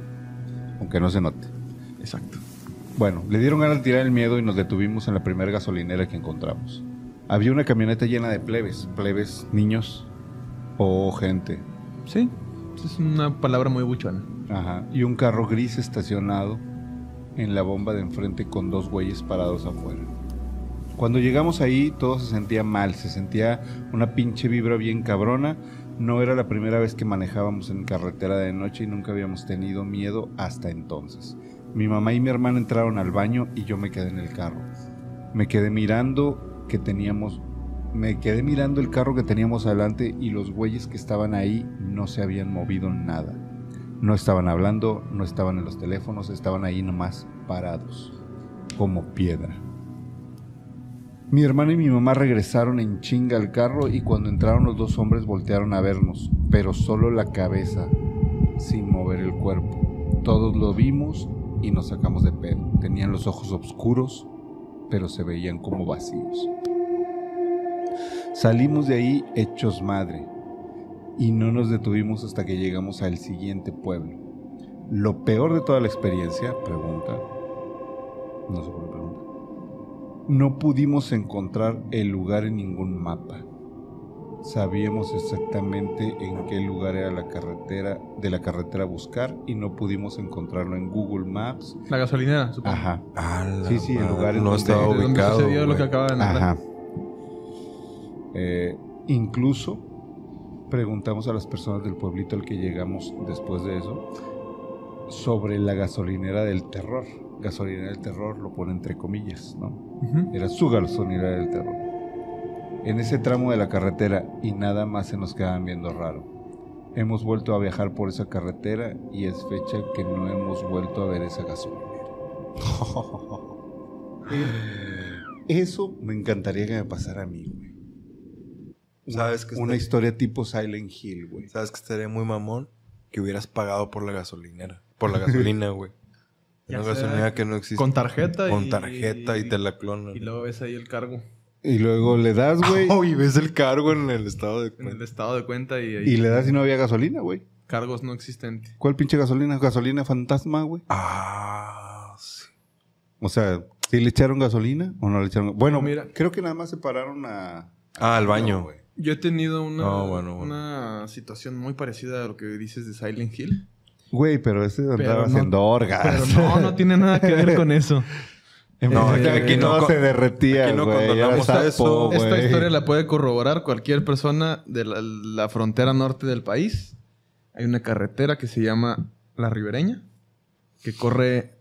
S2: Aunque no se note.
S4: Exacto.
S2: Bueno, le dieron ganas de tirar el miedo y nos detuvimos en la primera gasolinera que encontramos. Había una camioneta llena de plebes. Plebes, niños o gente.
S4: Sí. Es una palabra muy buchona.
S2: Ajá. Y un carro gris estacionado en la bomba de enfrente con dos güeyes parados afuera. Cuando llegamos ahí todo se sentía mal, se sentía una pinche vibra bien cabrona No era la primera vez que manejábamos en carretera de noche y nunca habíamos tenido miedo hasta entonces. Mi mamá y mi hermana entraron al baño y yo me quedé en el carro. Me quedé mirando que teníamos me quedé mirando el carro que teníamos adelante y los güeyes que estaban ahí no se habían movido nada. No estaban hablando, no estaban en los teléfonos, estaban ahí nomás parados, como piedra. Mi hermana y mi mamá regresaron en chinga al carro y cuando entraron los dos hombres voltearon a vernos, pero solo la cabeza, sin mover el cuerpo. Todos lo vimos y nos sacamos de pedo. Tenían los ojos oscuros, pero se veían como vacíos. Salimos de ahí hechos madre y no nos detuvimos hasta que llegamos al siguiente pueblo. Lo peor de toda la experiencia, pregunta, no sé por qué pregunta, no pudimos encontrar el lugar en ningún mapa. Sabíamos exactamente en qué lugar era la carretera de la carretera a buscar y no pudimos encontrarlo en Google Maps.
S4: La gasolinera, supongo.
S2: Ajá.
S3: A la
S2: Sí, sí, el
S3: madre,
S2: lugar en
S3: no
S2: donde-
S3: estaba
S4: ¿De dónde
S3: ubicado.
S4: sucedió lo
S3: güey.
S4: que acaba de narrar?
S2: Ajá. Eh, incluso preguntamos a las personas del pueblito al que llegamos después de eso sobre la gasolinera del terror. Gasolinera del terror lo pone entre comillas, ¿no?
S4: Ujú.
S2: Era su gasolinera del terror. En ese tramo de la carretera y nada más se nos quedaban viendo raro. Hemos vuelto a viajar por esa carretera y es fecha que no hemos vuelto a ver esa gasolinera. Eso me encantaría que me pasara a mí, güey.
S3: ¿Sabes que
S2: Una
S3: está-
S2: historia tipo Silent Hill, güey.
S3: ¿Sabes que estaría muy mamón? Que hubieras pagado por la gasolinera. Por la gasolina, güey.
S4: Ya
S3: Una
S4: sea
S3: gasolinera que no existe.
S4: Con tarjeta
S3: Con
S4: y-
S3: tarjeta y te la clonan.
S4: Y luego ves ahí el cargo
S2: Y luego le das, güey.
S3: Oh, y ves el cargo en el estado de
S4: en el
S3: cuenta.
S4: estado de cuenta y, ahí
S2: y le das y no había gasolina, güey.
S4: cargos no existentes.
S2: ¿Cuál pinche gasolina? Gasolina fantasma, güey.
S3: Ah, sí.
S2: O sea, ¿sí le echaron gasolina o no le echaron? Bueno,
S4: No,
S2: mira,
S4: mira.
S2: creo que nada más se pararon a...
S3: Ah, al
S2: No,
S3: baño.
S2: güey.
S4: Yo he tenido una,
S3: No, bueno, bueno.
S4: una situación muy parecida a lo que dices de Silent Hill.
S2: Güey, pero ese andaba
S4: no-
S2: haciendo
S4: Pero
S3: Ah,
S2: orgas. Em,
S4: no, no tiene nada que ver con eso.
S3: No,
S2: Aquí-
S3: aquí-
S2: Eh, aquí,
S3: aquí no
S2: todo
S3: con-
S2: se derretía,
S3: aquí no
S2: güey. Era
S3: condonamos
S2: sapo,
S3: eso.
S2: güey.
S4: Esta historia la puede corroborar cualquier persona de la, la frontera norte del país. Hay una carretera que se llama La Ribereña, que corre...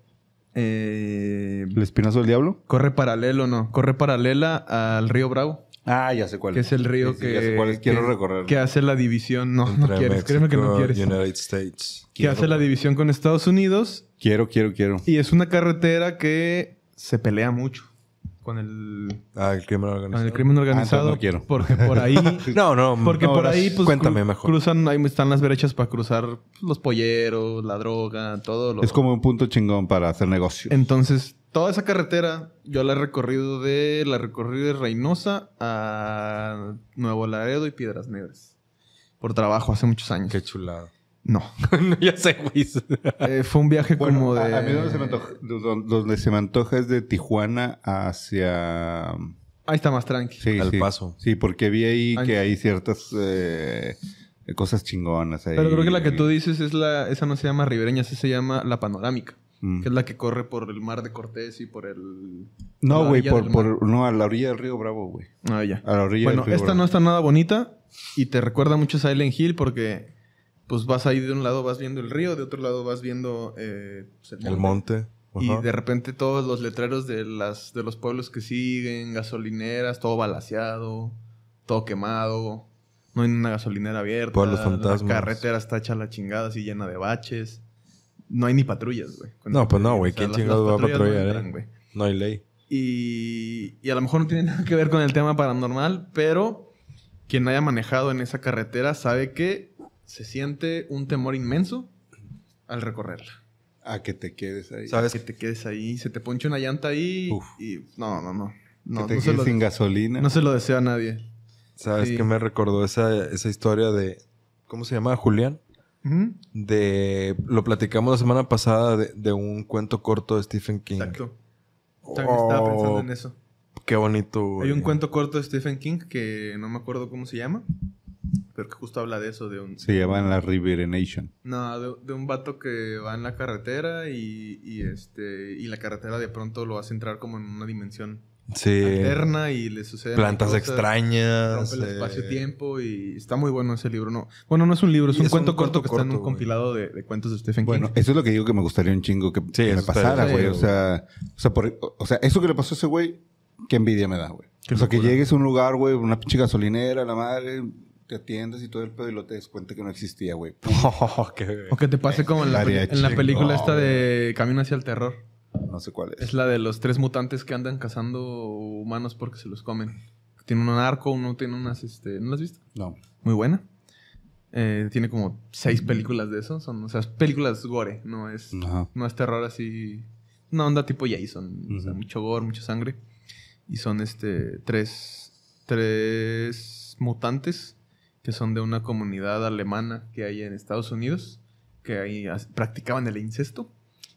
S4: eh,
S2: ¿El espinazo del diablo?
S4: corre paralelo, no, corre paralela al río Bravo,
S2: Ah, ya sé cuál.
S4: que es el río
S2: Sí, sí,
S4: que,
S2: ya sé cuál es. Quiero
S4: que-
S2: recorrer.
S4: que hace la división. No, no quieres, créeme que
S3: México,
S4: no quieres.
S3: United States.
S4: que hace la división con Estados Unidos
S2: Quiero, quiero, quiero.
S4: y es una carretera que se pelea mucho con el,
S3: Ah, el crimen
S4: con
S3: organizado.
S4: el crimen organizado.
S2: Ah, no quiero.
S4: Porque por ahí,
S3: No, no.
S4: porque
S3: no,
S4: por
S3: ahora
S4: ahí pues,
S3: Cuéntame
S4: cru-
S3: mejor.
S4: cruzan, ahí están las brechas para cruzar los polleros, la droga, todo lo...
S2: Es como un punto chingón para hacer negocio.
S4: Entonces, toda esa carretera yo la he recorrido de la recorrí de Reynosa a Nuevo Laredo y Piedras Negras. Por trabajo hace muchos años.
S3: Qué chulada.
S4: No.
S3: No, ya sé, güey.
S4: Eh, fue un viaje
S2: Bueno,
S4: como
S2: a-
S4: de
S2: a, mí donde se, me antoja, do- do- donde se me antoja es de Tijuana hacia...
S4: Ahí está más tranqui.
S2: Sí,
S3: Al
S2: sí.
S3: Paso.
S2: Sí, porque vi ahí
S4: Ay.
S2: que hay ciertas eh, cosas chingonas ahí.
S4: Pero creo que la que tú dices es la esa no se llama Ribereña, esa se llama la panorámica,
S2: Mm.
S4: que es la que corre por el mar de Cortés y por el
S2: No,
S4: la
S2: güey,
S4: orilla
S2: por,
S4: del mar.
S2: por, no, a la orilla del río Bravo, güey.
S4: Ah, ya.
S2: A la orilla
S4: Bueno,
S2: del río
S4: esta
S2: Bravo.
S4: no está nada bonita y te recuerda mucho a Silent Hill porque pues vas ahí de un lado vas viendo el río, de otro lado vas viendo eh, pues,
S3: El monte.
S4: Y
S3: Ajá.
S4: de repente todos los letreros de las de los pueblos que siguen, gasolineras, todo balaseado, todo quemado, no hay una gasolinera abierta,
S3: Pueblos
S4: la
S3: fantasmas.
S4: carretera está hecha a la chingada así llena de baches. No hay ni patrullas, güey. Con-
S3: No, pues no, güey,
S4: o sea,
S3: ¿quién
S4: las-
S3: chingados
S4: las
S3: va a
S4: patrullas no
S3: patrullar, eh?
S4: entran, güey.
S3: No hay ley.
S4: Y, y a lo mejor no tiene nada que ver con el tema paranormal, pero quien haya manejado en esa carretera sabe que se siente un temor inmenso al recorrerla.
S2: A que te quedes ahí.
S3: ¿Sabes?
S4: Que te quedes ahí, se te ponche una llanta ahí
S3: Uf.
S4: y... No, no, no.
S2: que
S4: No,
S2: te
S4: no, se
S2: quedes
S4: lo,
S2: sin gasolina.
S4: no se lo deseo a nadie.
S3: ¿Sabes
S4: Sí.
S3: qué me recordó esa, esa historia de. ¿Cómo se llama? Julián.
S4: Ujú.
S3: De. Lo platicamos la semana pasada de, de un cuento corto de Stephen King. Oh,
S4: Exacto. También
S2: Oh,
S4: estaba pensando en eso.
S3: Qué bonito, güey.
S4: Hay un cuento corto de Stephen King que no me acuerdo cómo se llama. pero que justo habla de eso, de un...
S2: Se llaman la Riverination.
S4: No, de, de un vato que va en la carretera y, y, este y la carretera de pronto lo hace entrar como en una dimensión
S3: Sí.
S4: alterna y le sucede
S3: Plantas extrañas.
S4: rompe el
S3: eh,
S4: espacio-tiempo y está muy bueno ese libro. No, bueno, no es un libro, es
S3: Y
S4: un
S3: es
S4: cuento
S3: un cuento
S4: corto, que está en un
S3: corto, güey.
S4: compilado de, de cuentos de Stephen
S2: Bueno,
S4: King.
S2: eso es lo que digo que me gustaría un chingo que, que me
S3: eso está
S2: pasara,
S4: bien,
S2: güey. O
S3: güey.
S2: sea, o, sea, por- o sea, eso que le pasó a ese güey, qué envidia me da, güey.
S4: Qué
S2: o sea, que
S4: locura.
S2: llegues a un lugar, güey, una pinche gasolinera, la madre, te atiendas y todo el pedo y lo te des cuenta que no existía, güey.
S3: Oh, qué-
S4: O que te pase como en la,
S2: Estaría
S4: peli- en la
S2: chingón,
S4: película esta de Camino hacia el terror.
S2: No sé cuál es.
S4: Es la de los tres mutantes que andan cazando humanos porque se los comen. Tiene un arco, uno tiene unas, este, ¿no las has visto?
S2: No.
S4: Muy buena. Eh, tiene como seis películas de eso. Son, o sea, es películas gore, no es,
S2: Mm. No.
S4: no es terror así. Una onda tipo Jason. O sea,
S2: Ujú.
S4: mucho gore, mucha sangre. Y son este tres, tres mutantes que son de una comunidad alemana que hay en Estados Unidos, que ahí as- practicaban el incesto.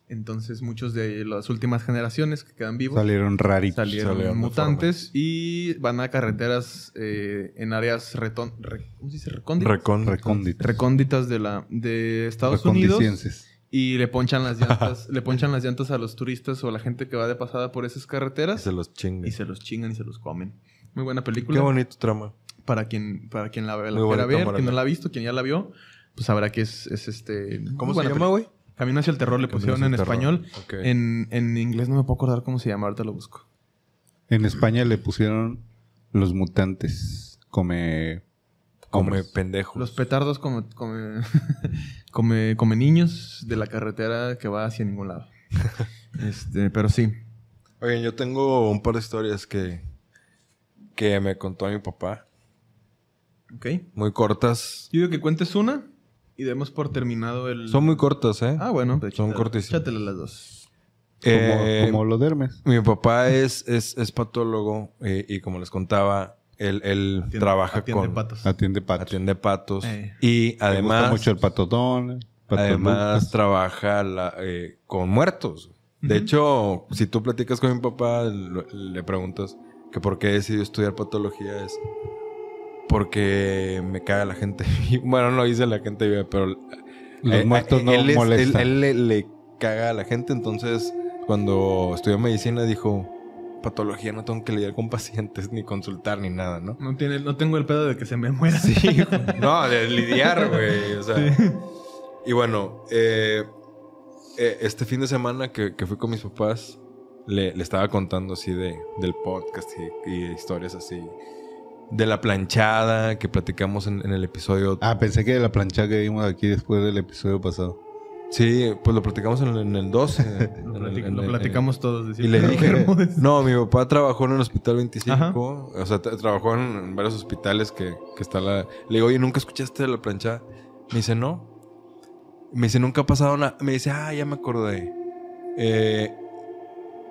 S4: Entonces muchos de las últimas generaciones que quedan vivos
S2: Salieron raritos.
S4: salieron,
S3: salieron
S4: mutantes y van a carreteras eh, en áreas reton- re- ¿cómo se dice? recónditas.
S3: Recon.
S2: Recónditos.
S4: Recónditas de la de Estados Unidos
S2: Recondicienses.
S4: y le ponchan las llantas, le ponchan las llantas a los turistas o a la gente que va de pasada por esas carreteras
S3: Se los chingue.
S4: y se los chingan y se los comen. Muy buena película
S3: Qué bonito trama.
S4: para quien para quien la, la
S3: Muy
S4: quiera
S3: bonito,
S4: ver,
S3: moral.
S4: quien no la ha visto, quien ya la vio, pues sabrá que es, es este
S3: ¿Cómo se
S4: buena
S3: llama,
S4: peli-
S3: güey?
S4: Camino hacia el terror le pusieron en español. En, en inglés no me puedo acordar cómo se llama, ahorita lo busco.
S2: En España le pusieron los mutantes. Come.
S3: Come
S2: hombres.
S3: pendejos.
S4: Los petardos come, come, come, come niños de la carretera que va hacia ningún lado. Este, pero sí.
S3: Oigan, yo tengo un par de historias que, que me contó mi papá.
S4: Ok.
S3: Muy cortas.
S4: Yo digo que cuentes una y demos por terminado el.
S3: Son muy cortas, ¿eh?
S4: Ah, bueno.
S3: Son cortísimas.
S4: Échatela las dos.
S2: Como,
S3: Eh,
S2: como lo dermes.
S3: Mi papá es, es, es patólogo eh, y como les contaba, él, él
S4: Atiende-
S3: trabaja
S4: atiende
S3: con...
S4: patos.
S2: Atiende patos.
S3: Atiende patos.
S4: Eh.
S3: Y
S2: Le gusta
S3: además...
S2: mucho el patodón.
S3: Además, trabaja la- eh, con muertos. De
S4: Ujú.
S3: hecho, si tú platicas con mi papá, lo- le preguntas que por qué decidió estudiar patología es porque me caga la gente. viva. bueno, no dice la gente viva, pero
S2: pues,
S3: eh,
S2: Los muertos no
S3: él es-
S2: molestan.
S3: Él, él le, le caga a la gente, entonces cuando estudió medicina dijo, patología no tengo que lidiar con pacientes ni consultar ni nada, ¿no?
S4: No, tiene, no tengo el pedo de que se me muera.
S3: Sí, güey. no, de lidiar, güey. O sea. Y bueno, eh, eh, este fin de semana que, que fui con mis papás, le, le estaba contando así de, del podcast y, y de historias así. De la planchada que platicamos en, en el episodio.
S2: Ah, pensé que la plancha que vimos aquí después del episodio pasado.
S3: Sí, pues lo platicamos en, el- en el 12. en el-
S4: Lo,
S3: en
S4: platic-
S3: el-
S4: lo
S3: en el-
S4: platicamos todos.
S3: Y
S4: decía
S3: le
S4: Pedro
S3: dije,
S4: Bermúdez.
S3: no, mi papá trabajó en el hospital 25,
S4: Ajá.
S3: o sea, tra- trabajó en, en varios hospitales que, que está la... Le digo, oye, ¿nunca escuchaste de la planchada? Me dice, no. Me dice, nunca ha pasado nada. Me dice, ah, ya me acordé. Eh,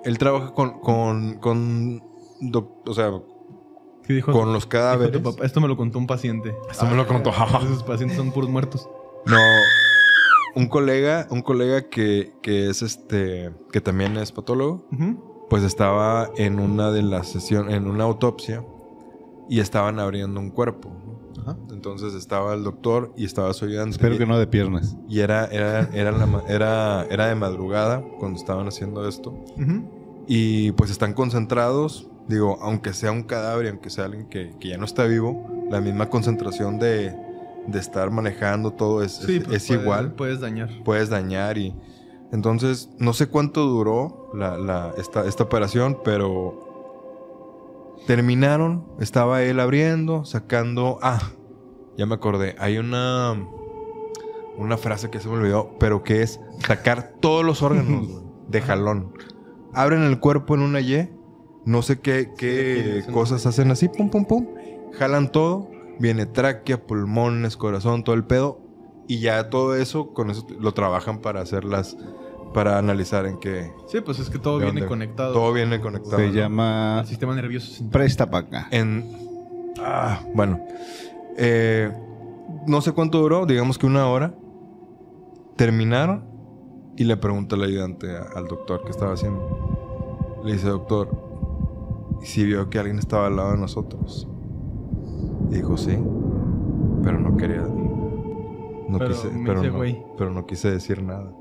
S3: él trabaja con, con, con, doc- o sea,
S4: Sí, dijo-
S3: con los
S4: dijo tu
S3: cadáveres.
S4: papá. Ah. Esto me lo contó un paciente.
S3: Esto me lo contó.
S4: Esos pacientes son puros muertos.
S3: No. Un colega, un colega que, que es este, que también es patólogo.
S4: Ujú.
S3: pues estaba en una de las sesiones, en una autopsia, y estaban abriendo un cuerpo. ¿no?
S4: Ajá.
S3: Entonces estaba el doctor y estaba su ayudante.
S2: Espero
S3: y,
S2: que no de piernas.
S3: Y era, era, era, la ma- era, era de madrugada cuando estaban haciendo esto.
S4: Ujú.
S3: Y pues están concentrados, digo, aunque sea un cadáver, y aunque sea alguien que, que ya no está vivo, la misma concentración de, de estar manejando todo es,
S4: Sí,
S3: es-
S4: pues,
S3: es
S4: puede-
S3: igual
S4: Puedes dañar.
S3: puedes dañar y entonces no sé cuánto duró la, la- esta, esta operación, pero terminaron, estaba él abriendo, sacando, ah, ya me acordé, hay una una frase que se me olvidó, pero que es sacar todos los órganos güey, de jalón. Abren el cuerpo en una Y, no sé qué,
S4: Sí, sí,
S3: qué
S4: hacen
S3: cosas hacen así, pum, pum, pum, jalan todo, viene tráquea, pulmones, corazón, todo el pedo, y ya todo eso, con eso lo trabajan para hacerlas, para analizar en qué.
S4: Sí, pues es que todo
S3: de
S4: viene
S3: dónde-
S4: conectado.
S3: Todo viene conectado.
S2: Se
S3: ¿no?
S2: llama
S4: El sistema nervioso central.
S2: Presta Paca.
S3: Eh, En. Ah, bueno. Eh, no sé cuánto duró, digamos que una hora. Terminaron y le pregunta el ayudante a- al doctor qué estaba haciendo. Le dice, doctor, ¿y si vio que alguien estaba al lado de nosotros? Y dijo, sí. pero no quería. No
S4: Pero
S3: quise,
S4: me
S3: pero
S4: hice
S3: no,
S4: güey.
S3: pero no quise decir nada.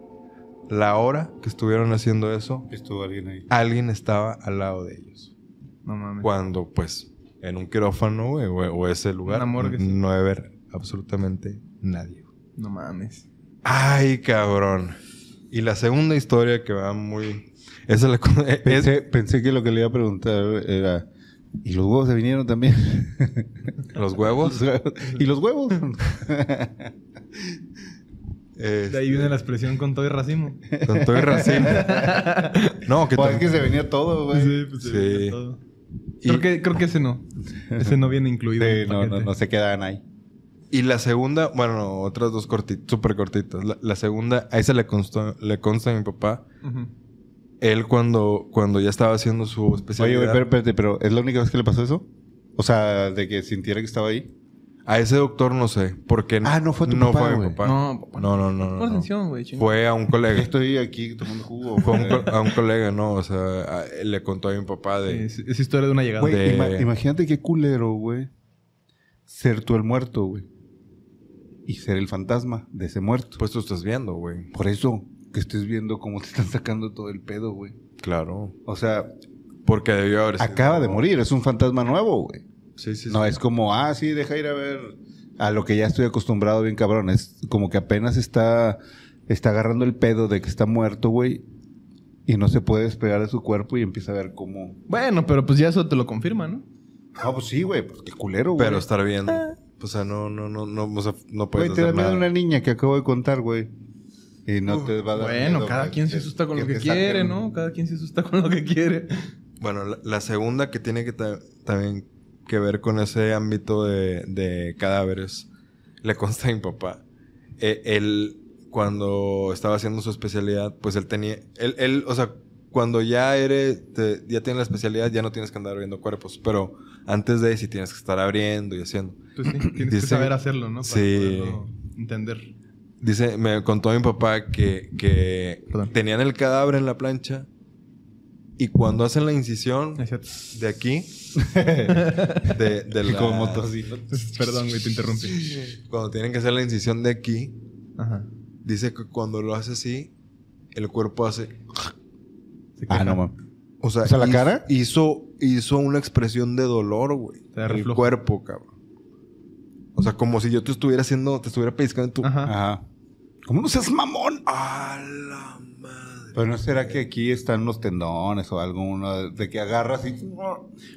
S3: La hora que estuvieron haciendo eso,
S2: Estuvo alguien ahí.
S3: alguien estaba al lado de ellos.
S4: No mames.
S3: Cuando, pues, en un quirófano, güey, o, o ese lugar,
S4: Una morgue, sí.
S3: no debe haber absolutamente nadie. güey.
S4: No mames.
S3: Ay, cabrón. Y la segunda historia que va muy. Esa la. es-
S2: Pensé, pensé que lo que le iba a preguntar era. ¿Y los huevos se vinieron también?
S3: los huevos.
S2: ¿Y los huevos? Este-
S4: De ahí viene la expresión con todo y racismo.
S3: este, Con todo y racismo. no, que
S2: Pues es
S3: tam-
S2: que se venía todo, güey.
S4: pues,
S3: Sí.
S4: se ve todo.
S3: y-
S4: Creo, que, creo que ese no. Ese no viene incluido. en
S2: Sí,
S4: el
S2: no, no,
S4: paquete.
S2: no se quedaban ahí.
S3: Y la segunda, bueno, otras dos cortitas, súper cortitas. La, la segunda, a esa le consta, le consta a mi papá.
S4: Ujú.
S3: Él cuando, cuando ya estaba haciendo su
S2: Oye,
S3: especialidad.
S2: güey, pero, espérate, pero ¿es la única vez que le pasó eso? O sea, de que sintiera que estaba ahí.
S3: A ese doctor no sé, porque
S2: Ah, no fue tu
S3: no
S2: papá,
S3: fue mi
S2: güey.
S3: papá.
S4: No,
S3: no, no, no, no,
S4: Pon
S3: no.
S4: atención, güey. chinga.
S3: Fue a un colega.
S2: Estoy aquí tomando jugo.
S3: Fue a un,
S2: güey.
S3: co- a un colega, ¿no? O sea, a- le contó a mi papá de...
S4: Sí, es, es historia de una llegada.
S2: Güey,
S3: de-
S2: ima- imagínate qué culero, güey. Ser tú el muerto, güey. Y ser el fantasma de ese muerto.
S3: Pues tú estás viendo, güey.
S2: Por eso que estés viendo cómo te están sacando todo el pedo, güey.
S3: Claro.
S2: O sea,
S3: Porque debió haber sido-
S2: acaba de morir, es un fantasma nuevo, güey.
S3: Sí, sí, sí.
S2: No es como, ah, sí, deja ir a ver a lo que ya estoy acostumbrado, bien cabrón. Es como que apenas está, está agarrando el pedo de que está muerto, güey. Y no se puede despegar de su cuerpo y empieza a ver cómo.
S4: Bueno, pero pues ya eso te lo confirma, ¿no?
S2: Ah, pues sí, güey, pues qué culero, güey.
S3: Pero estar viendo. O sea, no, no, no, no, o sea, no
S4: pues,
S3: puedes
S2: Güey, te da
S3: hacer
S2: miedo
S3: nada.
S2: una niña que acabo de contar, güey. Y no te va a dar
S4: Bueno,
S2: miedo,
S4: cada
S2: güey,
S4: quien se asusta con lo que
S2: te
S4: quiere,
S2: saquen-
S4: ¿no? Cada quien se asusta con lo que quiere.
S3: Bueno, la, la segunda que tiene que ta- también que ver con ese ámbito de, de cadáveres, le consta a mi papá. Eh, él, cuando estaba haciendo su especialidad, pues él tenía, él, él o sea, cuando ya eres, te- ya tienes la especialidad, ya no tienes que andar abriendo cuerpos, pero antes de si tienes que estar abriendo y haciendo.
S4: Pues sí, tienes que
S3: Dice-
S4: saber hacerlo, ¿no? Para
S3: Sí.
S4: poderlo entender.
S3: Dice, me contó mi papá que, que
S4: Perdón.
S3: tenían el cadáver en la plancha y cuando hacen la incisión
S4: Decía,
S3: de aquí, de, de la-
S2: Como tocino.
S4: Perdón, güey, te interrumpí.
S3: Cuando tienen que hacer la incisión de aquí,
S4: Ajá.
S3: dice que cuando lo hace así, el cuerpo hace.
S4: Se
S2: Ah,
S4: queja.
S2: no, mames.
S3: O sea,
S2: O sea, ¿la
S3: hiz-
S2: cara?
S3: Hizo, hizo una expresión de dolor, güey.
S4: Te da
S3: El
S4: reflujo.
S3: cuerpo, cabrón. O sea, como si yo te estuviera haciendo, te estuviera pellizcando en tu.
S4: Ajá.
S2: Ajá. ¿Cómo no seas mamón?
S3: ¡A la madre!
S2: Pero no será que aquí están los tendones o algo, uno de que agarras y.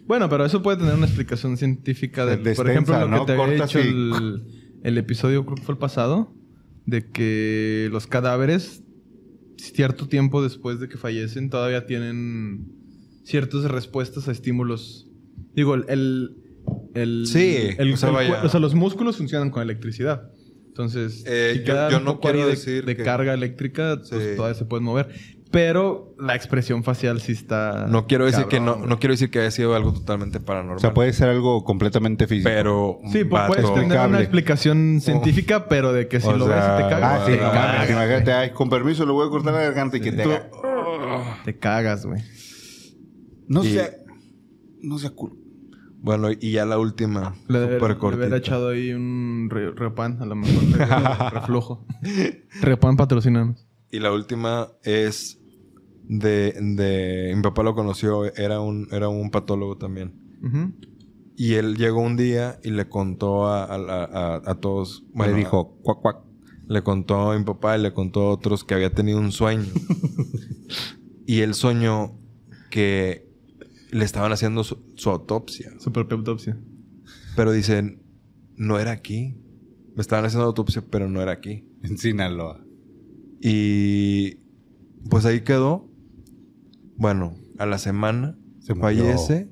S4: Bueno, pero eso puede tener una explicación científica. De,
S2: Despensa,
S4: por ejemplo, lo
S2: ¿no?
S4: que te había
S2: Cortas
S4: hecho
S2: y-
S4: el, el episodio, creo que fue el pasado, de que los cadáveres, cierto tiempo después de que fallecen, todavía tienen ciertas respuestas a estímulos. Digo, el. el, el-
S3: Sí,
S4: el-
S3: o sea,
S4: el
S3: vaya.
S4: cuer- o sea, los músculos funcionan con electricidad. Entonces,
S3: Eh, yo-
S4: queda
S3: yo
S4: un
S3: no
S4: poco ahí
S3: quiero
S4: de,
S3: decir
S4: de
S3: que-
S4: carga eléctrica,
S3: Sí.
S4: pues todavía se pueden mover. Pero la expresión facial sí está.
S3: No quiero decir que
S4: cabrón,
S3: no,
S4: güey.
S3: no quiero decir que haya sido algo totalmente paranormal.
S2: O sea, puede ser algo completamente físico.
S3: Pero.
S4: Sí, pues
S3: vato, Oh.
S4: puedes tener
S2: Explicable.
S4: una explicación científica, pero de que si
S3: O
S4: lo
S3: sea,
S4: ves y te cagas,
S2: Ah, sí,
S4: te,
S2: no mames,
S4: cagas,
S2: imagínate, ay, con permiso, le voy a cortar la garganta y que te haga.
S4: te cagas, güey.
S2: No
S3: Y-
S2: sea. No sea culo.
S3: Bueno, y ya la última.
S4: Le,
S3: Súper
S4: hubiera- le
S3: cortita.
S4: hubiera echado ahí un re- reopan, a lo mejor le hubiera- reflujo. Reopan patrocinanos.
S3: Y la última es de, de- mi papá lo conoció, era un, era un patólogo también.
S4: Ujú.
S3: Y él llegó un día y le contó a, a- a- a- a todos. bueno,
S2: le dijo, cuac, cuac.
S3: Le contó a mi papá y le contó a otros que había tenido un sueño. y él soñó que le estaban haciendo su, su autopsia.
S4: Super autopsia.
S3: Pero dicen, no era aquí. Me estaban haciendo autopsia, pero no era aquí.
S2: En Sinaloa.
S3: Y pues ahí quedó. Bueno, a la semana
S2: Se murió.
S3: fallece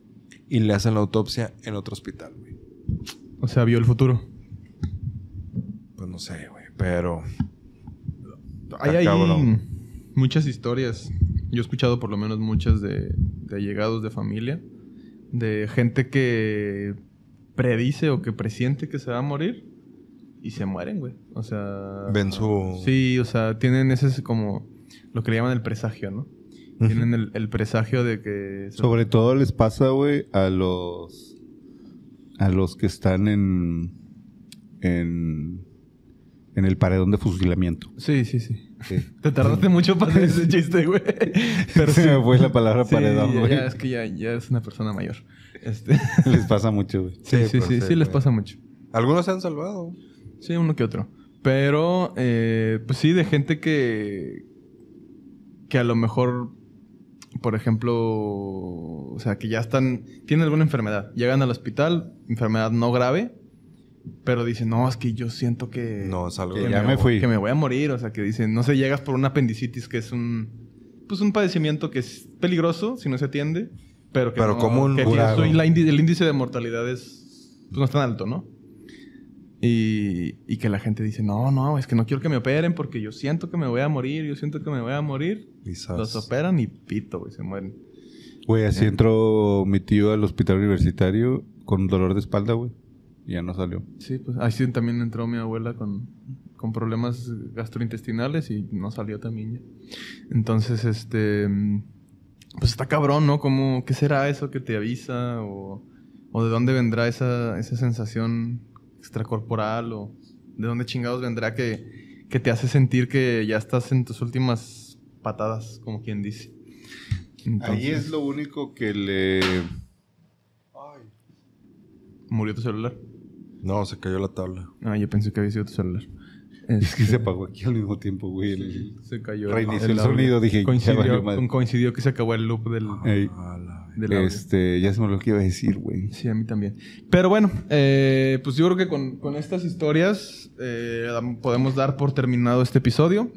S3: y le hacen la autopsia en otro hospital, güey.
S4: O sea, vio el futuro.
S3: Pues no sé, güey, pero
S4: Hay ahí
S3: cabrón.
S4: muchas historias. Yo he escuchado por lo menos muchas de, de allegados de familia. De gente que predice o que presiente que se va a morir. Y se mueren, güey. O sea...
S3: ven su...
S4: Sí, o sea, tienen ese es como... Lo que le llaman el presagio, ¿no?
S3: Ujú.
S4: Tienen el, el presagio de que... se-
S2: Sobre todo les pasa, güey, a los. A los que están en. en, en el paredón de fusilamiento.
S4: Sí, sí, sí.
S2: Sí.
S4: Te tardaste mucho para hacer ese chiste, güey. Pero sí.
S2: Se me fue la palabra
S4: Sí,
S2: paredón,
S4: ya-
S2: güey.
S4: ya es que ya, ya es una persona mayor. Este,
S2: Les pasa mucho, güey.
S4: sí, sí, sí, sí,
S3: perfecto.
S4: les pasa mucho.
S3: Algunos se han salvado.
S4: Sí, uno que otro. Pero, eh, pues sí, de gente que. que a lo mejor. Por ejemplo, o sea, que ya están. tienen alguna enfermedad. Llegan al hospital, enfermedad no grave, pero dicen, no, es que yo siento que.
S3: No, es algo
S2: que
S4: que
S2: ya
S4: Pues me,
S2: me fui.
S4: Que me voy a morir. O sea, que dicen, no sé, llegas por una apendicitis que es un. Pues un padecimiento que es peligroso si no se atiende, pero que.
S3: Pero
S4: no-
S3: común,
S4: que tiene
S2: curado.
S4: su- la indi- el índice de mortalidad es. Pues no es tan alto, ¿no? Y, y que la gente dice, no, no, es que no quiero que me operen porque yo siento que me voy a morir, yo siento que me voy a morir.
S3: Quizás.
S4: Los operan y pito, güey, se mueren.
S2: Güey, así entró mi tío al hospital universitario con dolor de espalda, güey. Y ya no salió.
S4: Sí, pues así también entró mi abuela con, con problemas gastrointestinales y no salió también ya. Entonces, este, mm, pues está cabrón, ¿no? Como, ¿Qué será eso que te avisa? ¿O, o de dónde vendrá esa, esa sensación extracorporal? ¿O de dónde chingados vendrá que, que te hace sentir que ya estás en tus últimas patadas, como quien dice?
S2: Ahí
S4: Entonces,
S2: es lo único que le...
S4: ¿Murió tu celular?
S3: No, se cayó la tabla.
S4: Ah, yo pensé que había sido tu celular. Este,
S2: Es que se apagó aquí al mismo tiempo, güey. el-
S4: Se cayó.
S2: Reinició el sonido, dije, ya valió
S4: Coincidió,
S2: madre. Ah,
S4: coincidió que se acabó el loop del,
S2: Ey,
S3: A la
S4: del audio.
S2: este, ya se me lo que iba a decir, güey.
S4: Sí, a mí también. Pero bueno, eh, pues yo creo que con, con estas historias eh, dam- podemos dar por terminado este episodio.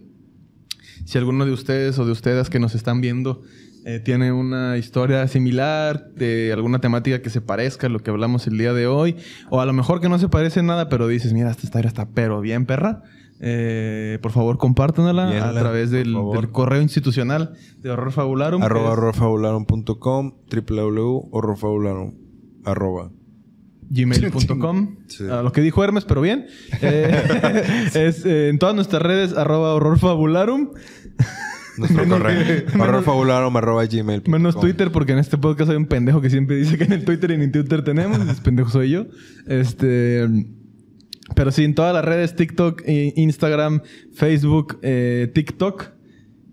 S4: Si alguno de ustedes o de ustedes que nos están viendo eh, tiene una historia similar, de alguna temática que se parezca a lo que hablamos el día de hoy, o a lo mejor que no se parece en nada, pero dices, mira, esta historia está pero bien perra, eh, por favor compártanla a
S3: Vienla,
S4: través del,
S3: por favor.
S4: del correo institucional de Horror Fabularum. que
S3: Arroba
S4: es-
S3: horrorfabularon.com, www.horrorfabularon. Arroba.
S4: gmail.com.
S3: Sí.
S4: A lo que dijo Hermes, pero bien. Eh, es eh, en todas nuestras redes, arroba horrorfabularum.
S3: Nuestro correo. horrorfabularon arroba gmail.
S4: Menos Twitter, porque en este podcast hay un pendejo que siempre dice que en el Twitter y en el Twitter tenemos. Ese pendejo soy yo. Este. Pero sí, en todas las redes, TikTok, eh, Instagram, Facebook, eh, TikTok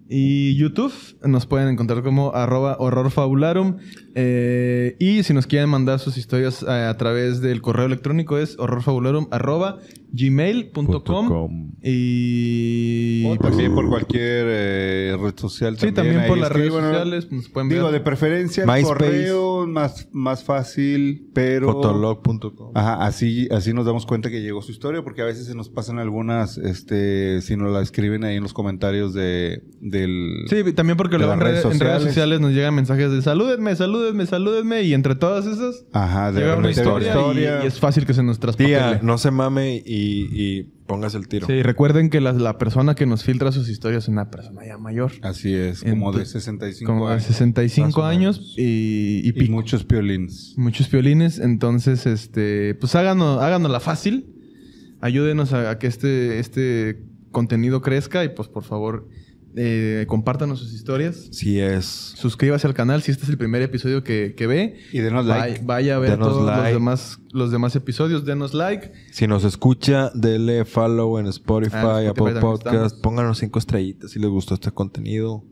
S4: y YouTube. Nos pueden encontrar como arroba horrorfabularum. Eh, y si nos quieren mandar sus historias eh, a, través del correo electrónico es horrorfabularum arroba gmail.com. Y...
S2: O también por cualquier eh, red social.
S4: Sí, también por
S2: ahí
S4: las redes
S2: escríbanos.
S4: sociales pues, nos pueden ver.
S2: Digo, de preferencia el
S3: MySpace.
S2: correo más, más fácil, pero...
S3: Fotolog.com.
S2: Ajá, así, así nos damos cuenta que llegó su historia, porque a veces se nos pasan algunas, este, si nos la escriben ahí en los comentarios de, del...
S4: Sí, también porque
S2: de
S4: luego en,
S2: las redes
S4: redes- en redes
S2: sociales.
S4: sociales nos llegan mensajes de salúdenme, salúdenme, salúdenme. Y entre todas esas,
S2: Ajá, Ah, de
S4: llega una
S2: repente
S4: historia,
S2: la
S4: Y, y es fácil que se nos
S3: Tía,
S4: traspapele.
S3: no se mame y, y pongas el tiro.
S4: Sí, recuerden que la, la persona que nos filtra sus historias es una persona ya mayor.
S2: Así es, como de
S4: Entonces,
S2: 65
S4: Como de
S2: años.
S4: 65
S3: más o menos.
S4: años y, y
S2: y
S4: pico.
S2: muchos piolines.
S4: Muchos violines. Entonces, este, pues háganos, háganosla fácil. Ayúdenos a, a que este, este contenido crezca y pues por favor eh, compártanos sus historias.
S3: Si es.
S4: Suscríbase al canal si este es el primer episodio que, que ve.
S2: Y denos like.
S4: Vaya, vaya a ver
S3: Denos
S4: todos
S3: like.
S4: los, demás, los demás episodios. Denos like.
S3: Si nos escucha, dele follow en Spotify,
S4: Ah, en Spotify
S3: Apple
S4: también
S3: Podcast.
S4: estamos.
S3: Pónganos cinco estrellitas si les gustó este contenido.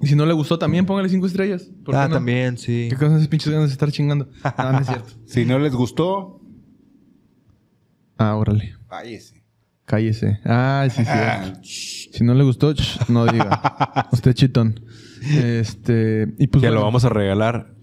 S4: Y si no le gustó también, póngale cinco estrellas. ¿Por
S3: Ah,
S4: qué no?
S3: también, sí.
S4: ¿Qué cosas esas pinches ganas de estar chingando? Ah, no es cierto.
S2: Si no les gustó,
S4: Ah, órale.
S2: cállese.
S4: Cállese. Ah, sí, sí. si no le gustó, ch, no diga. Usted chitón. Este. Y pues.
S3: que lo
S4: bueno,
S3: vamos a regalar.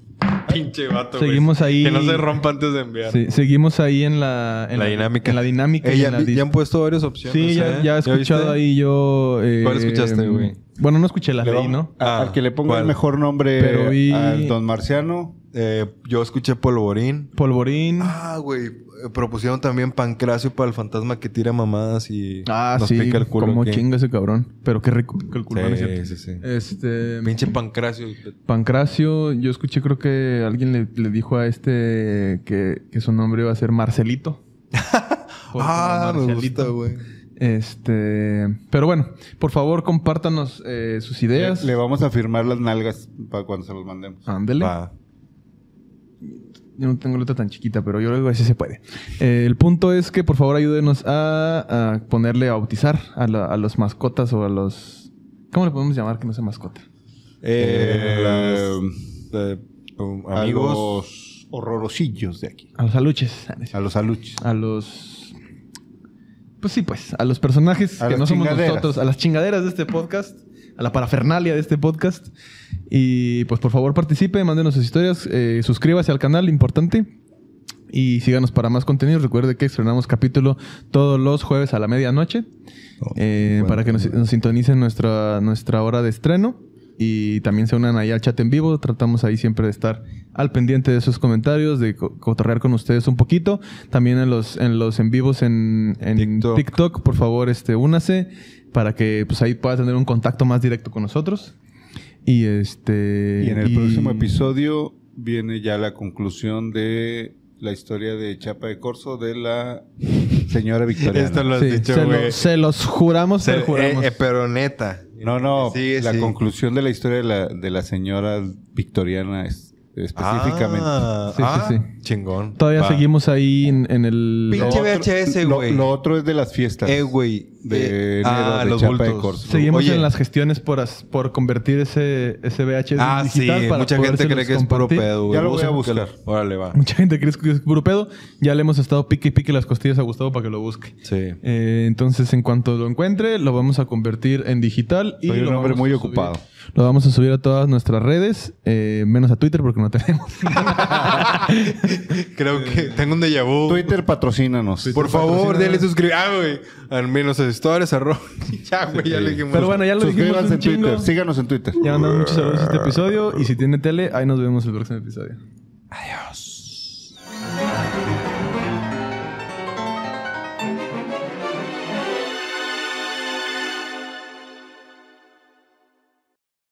S3: Pinche vato, güey.
S4: Seguimos ahí.
S3: Que no se rompa antes de enviar.
S4: sí, seguimos ahí en la. En
S3: La dinámica.
S4: En la dinámica.
S3: Eh,
S4: y
S3: ya,
S4: en la
S3: vi-
S4: dis-
S3: ya han puesto varias opciones.
S4: Sí, ya,
S3: ¿eh?
S4: ya he escuchado
S3: viste?
S4: ahí yo. eh,
S3: ¿Cuál escuchaste, güey?
S4: Bueno, no escuché la
S2: Le
S4: de ahí,
S2: vamos-
S4: ¿no?
S2: a-
S3: Ah,
S2: al que le ponga
S3: ¿cuál?
S2: el mejor nombre
S4: Pero vi-
S2: al Don Marciano.
S3: Eh, yo escuché Polvorín.
S4: Polvorín.
S3: Ah, güey. eh, Propusieron también Pancracio para el fantasma que tira mamadas y
S4: Ah,
S3: nos
S4: sí,
S3: pica el culo.
S4: como
S3: aquí.
S4: chinga ese cabrón. Pero qué rico pica el culo, ¿no es
S3: Sí,
S4: cierto?
S3: sí, sí.
S4: Este...
S3: Eh, Pinche Pancracio.
S4: Pancracio, yo escuché creo que alguien le, le dijo a este que, que su nombre iba a ser Marcelito. Por
S3: Ah,
S4: como
S3: me gusta,
S4: Marcialito.
S3: güey.
S4: Este... Pero bueno, por favor, compártanos eh, sus
S2: Le,
S4: ideas.
S2: le vamos a firmar las nalgas para cuando se los mandemos.
S4: Ándele.
S3: Va.
S4: Yo no tengo letra tan chiquita, pero yo creo que sí se puede. Eh, el punto es que por favor ayúdenos a, a ponerle a bautizar a, la- a los mascotas o a los... ¿Cómo le podemos llamar que no sea mascota?
S3: Eh,
S2: Eh,
S3: las- eh, um,
S2: a
S3: amigos.
S2: los horrorosillos de aquí.
S4: A los aluches. Ah, no es
S2: A los aluches.
S4: a los. Pues sí, pues, a los personajes
S2: A
S4: que
S2: las
S4: no somos
S2: chingaderas.
S4: nosotros, a las chingaderas de este podcast, a la parafernalia de este podcast. Y pues por favor participe, mándenos sus historias, eh, suscríbase al canal, importante. Y síganos para más contenido. Recuerde que estrenamos capítulo todos los jueves a la medianoche.
S2: Oh,
S4: eh, para que nos, nos sintonicen nuestra, nuestra hora de estreno. Y también se unan ahí al chat en vivo. Tratamos ahí siempre de estar al pendiente de sus comentarios, de co- cotorrear con ustedes un poquito. También en los en, los en vivos en, en
S3: TikTok.
S4: TikTok. por favor, este, únase para que pues ahí pueda tener un contacto más directo con nosotros. Y este.
S2: Y en el próximo episodio viene ya la conclusión de la historia de Chapa de Corso de la señora Victoriana.
S3: Esto lo has
S4: Sí,
S3: dicho,
S4: se, lo-
S3: güey.
S4: se los juramos,
S3: Se-
S4: pero juramos.
S3: eh, eh, pero neta.
S2: No, no,
S3: Sí,
S2: la
S3: sí.
S2: conclusión de la historia de la, de la señora Victoriana es- específicamente.
S3: Ah,
S4: Sí, sí,
S3: ah,
S4: sí.
S3: Chingón.
S4: Todavía
S2: va.
S4: seguimos ahí en, en el.
S2: Lo
S3: Pinche
S2: otro-
S3: VHS,
S2: lo-
S3: güey.
S2: Lo, otro es de las fiestas.
S3: Eh, güey.
S2: De
S3: Eh,
S2: enero,
S3: ah,
S2: de
S3: los
S2: Chapa de
S3: bultos.
S2: Corzo.
S4: Seguimos
S3: Oye.
S4: en las gestiones por, as- por convertir ese, ese VHS
S3: Ah, sí.
S4: digital para
S3: Mucha gente
S4: podérselos
S3: cree que es puro
S4: compartir.
S3: pedo, güey.
S2: Ya lo voy a
S3: Búscalo.
S2: buscar.
S3: Órale, va.
S4: Mucha gente cree que es puro pedo. Ya le hemos estado pique y pique las costillas a Gustavo para que lo busque.
S3: Sí.
S4: Eh, entonces, en cuanto lo encuentre, lo vamos a convertir en digital. Y
S2: Soy
S4: lo
S2: un hombre
S4: vamos a
S2: muy
S4: subir-
S2: ocupado.
S4: Lo vamos a subir a todas nuestras redes, eh, menos a Twitter porque no tenemos.
S3: Creo que tengo un déjà vu.
S2: Twitter patrocínanos.
S3: Por favor, denle suscribir. Ah, güey. Al menos a historias, arroba. ya, güey, ya le dijimos.
S4: Pero bueno, ya lo dijimos
S2: Suscríbanse
S4: un
S2: en Twitter.
S4: chingo.
S2: Síganos en Twitter.
S4: Ya mandaron muchos saludos a este episodio. Y si tiene tele, ahí nos vemos el próximo episodio.
S3: Adiós.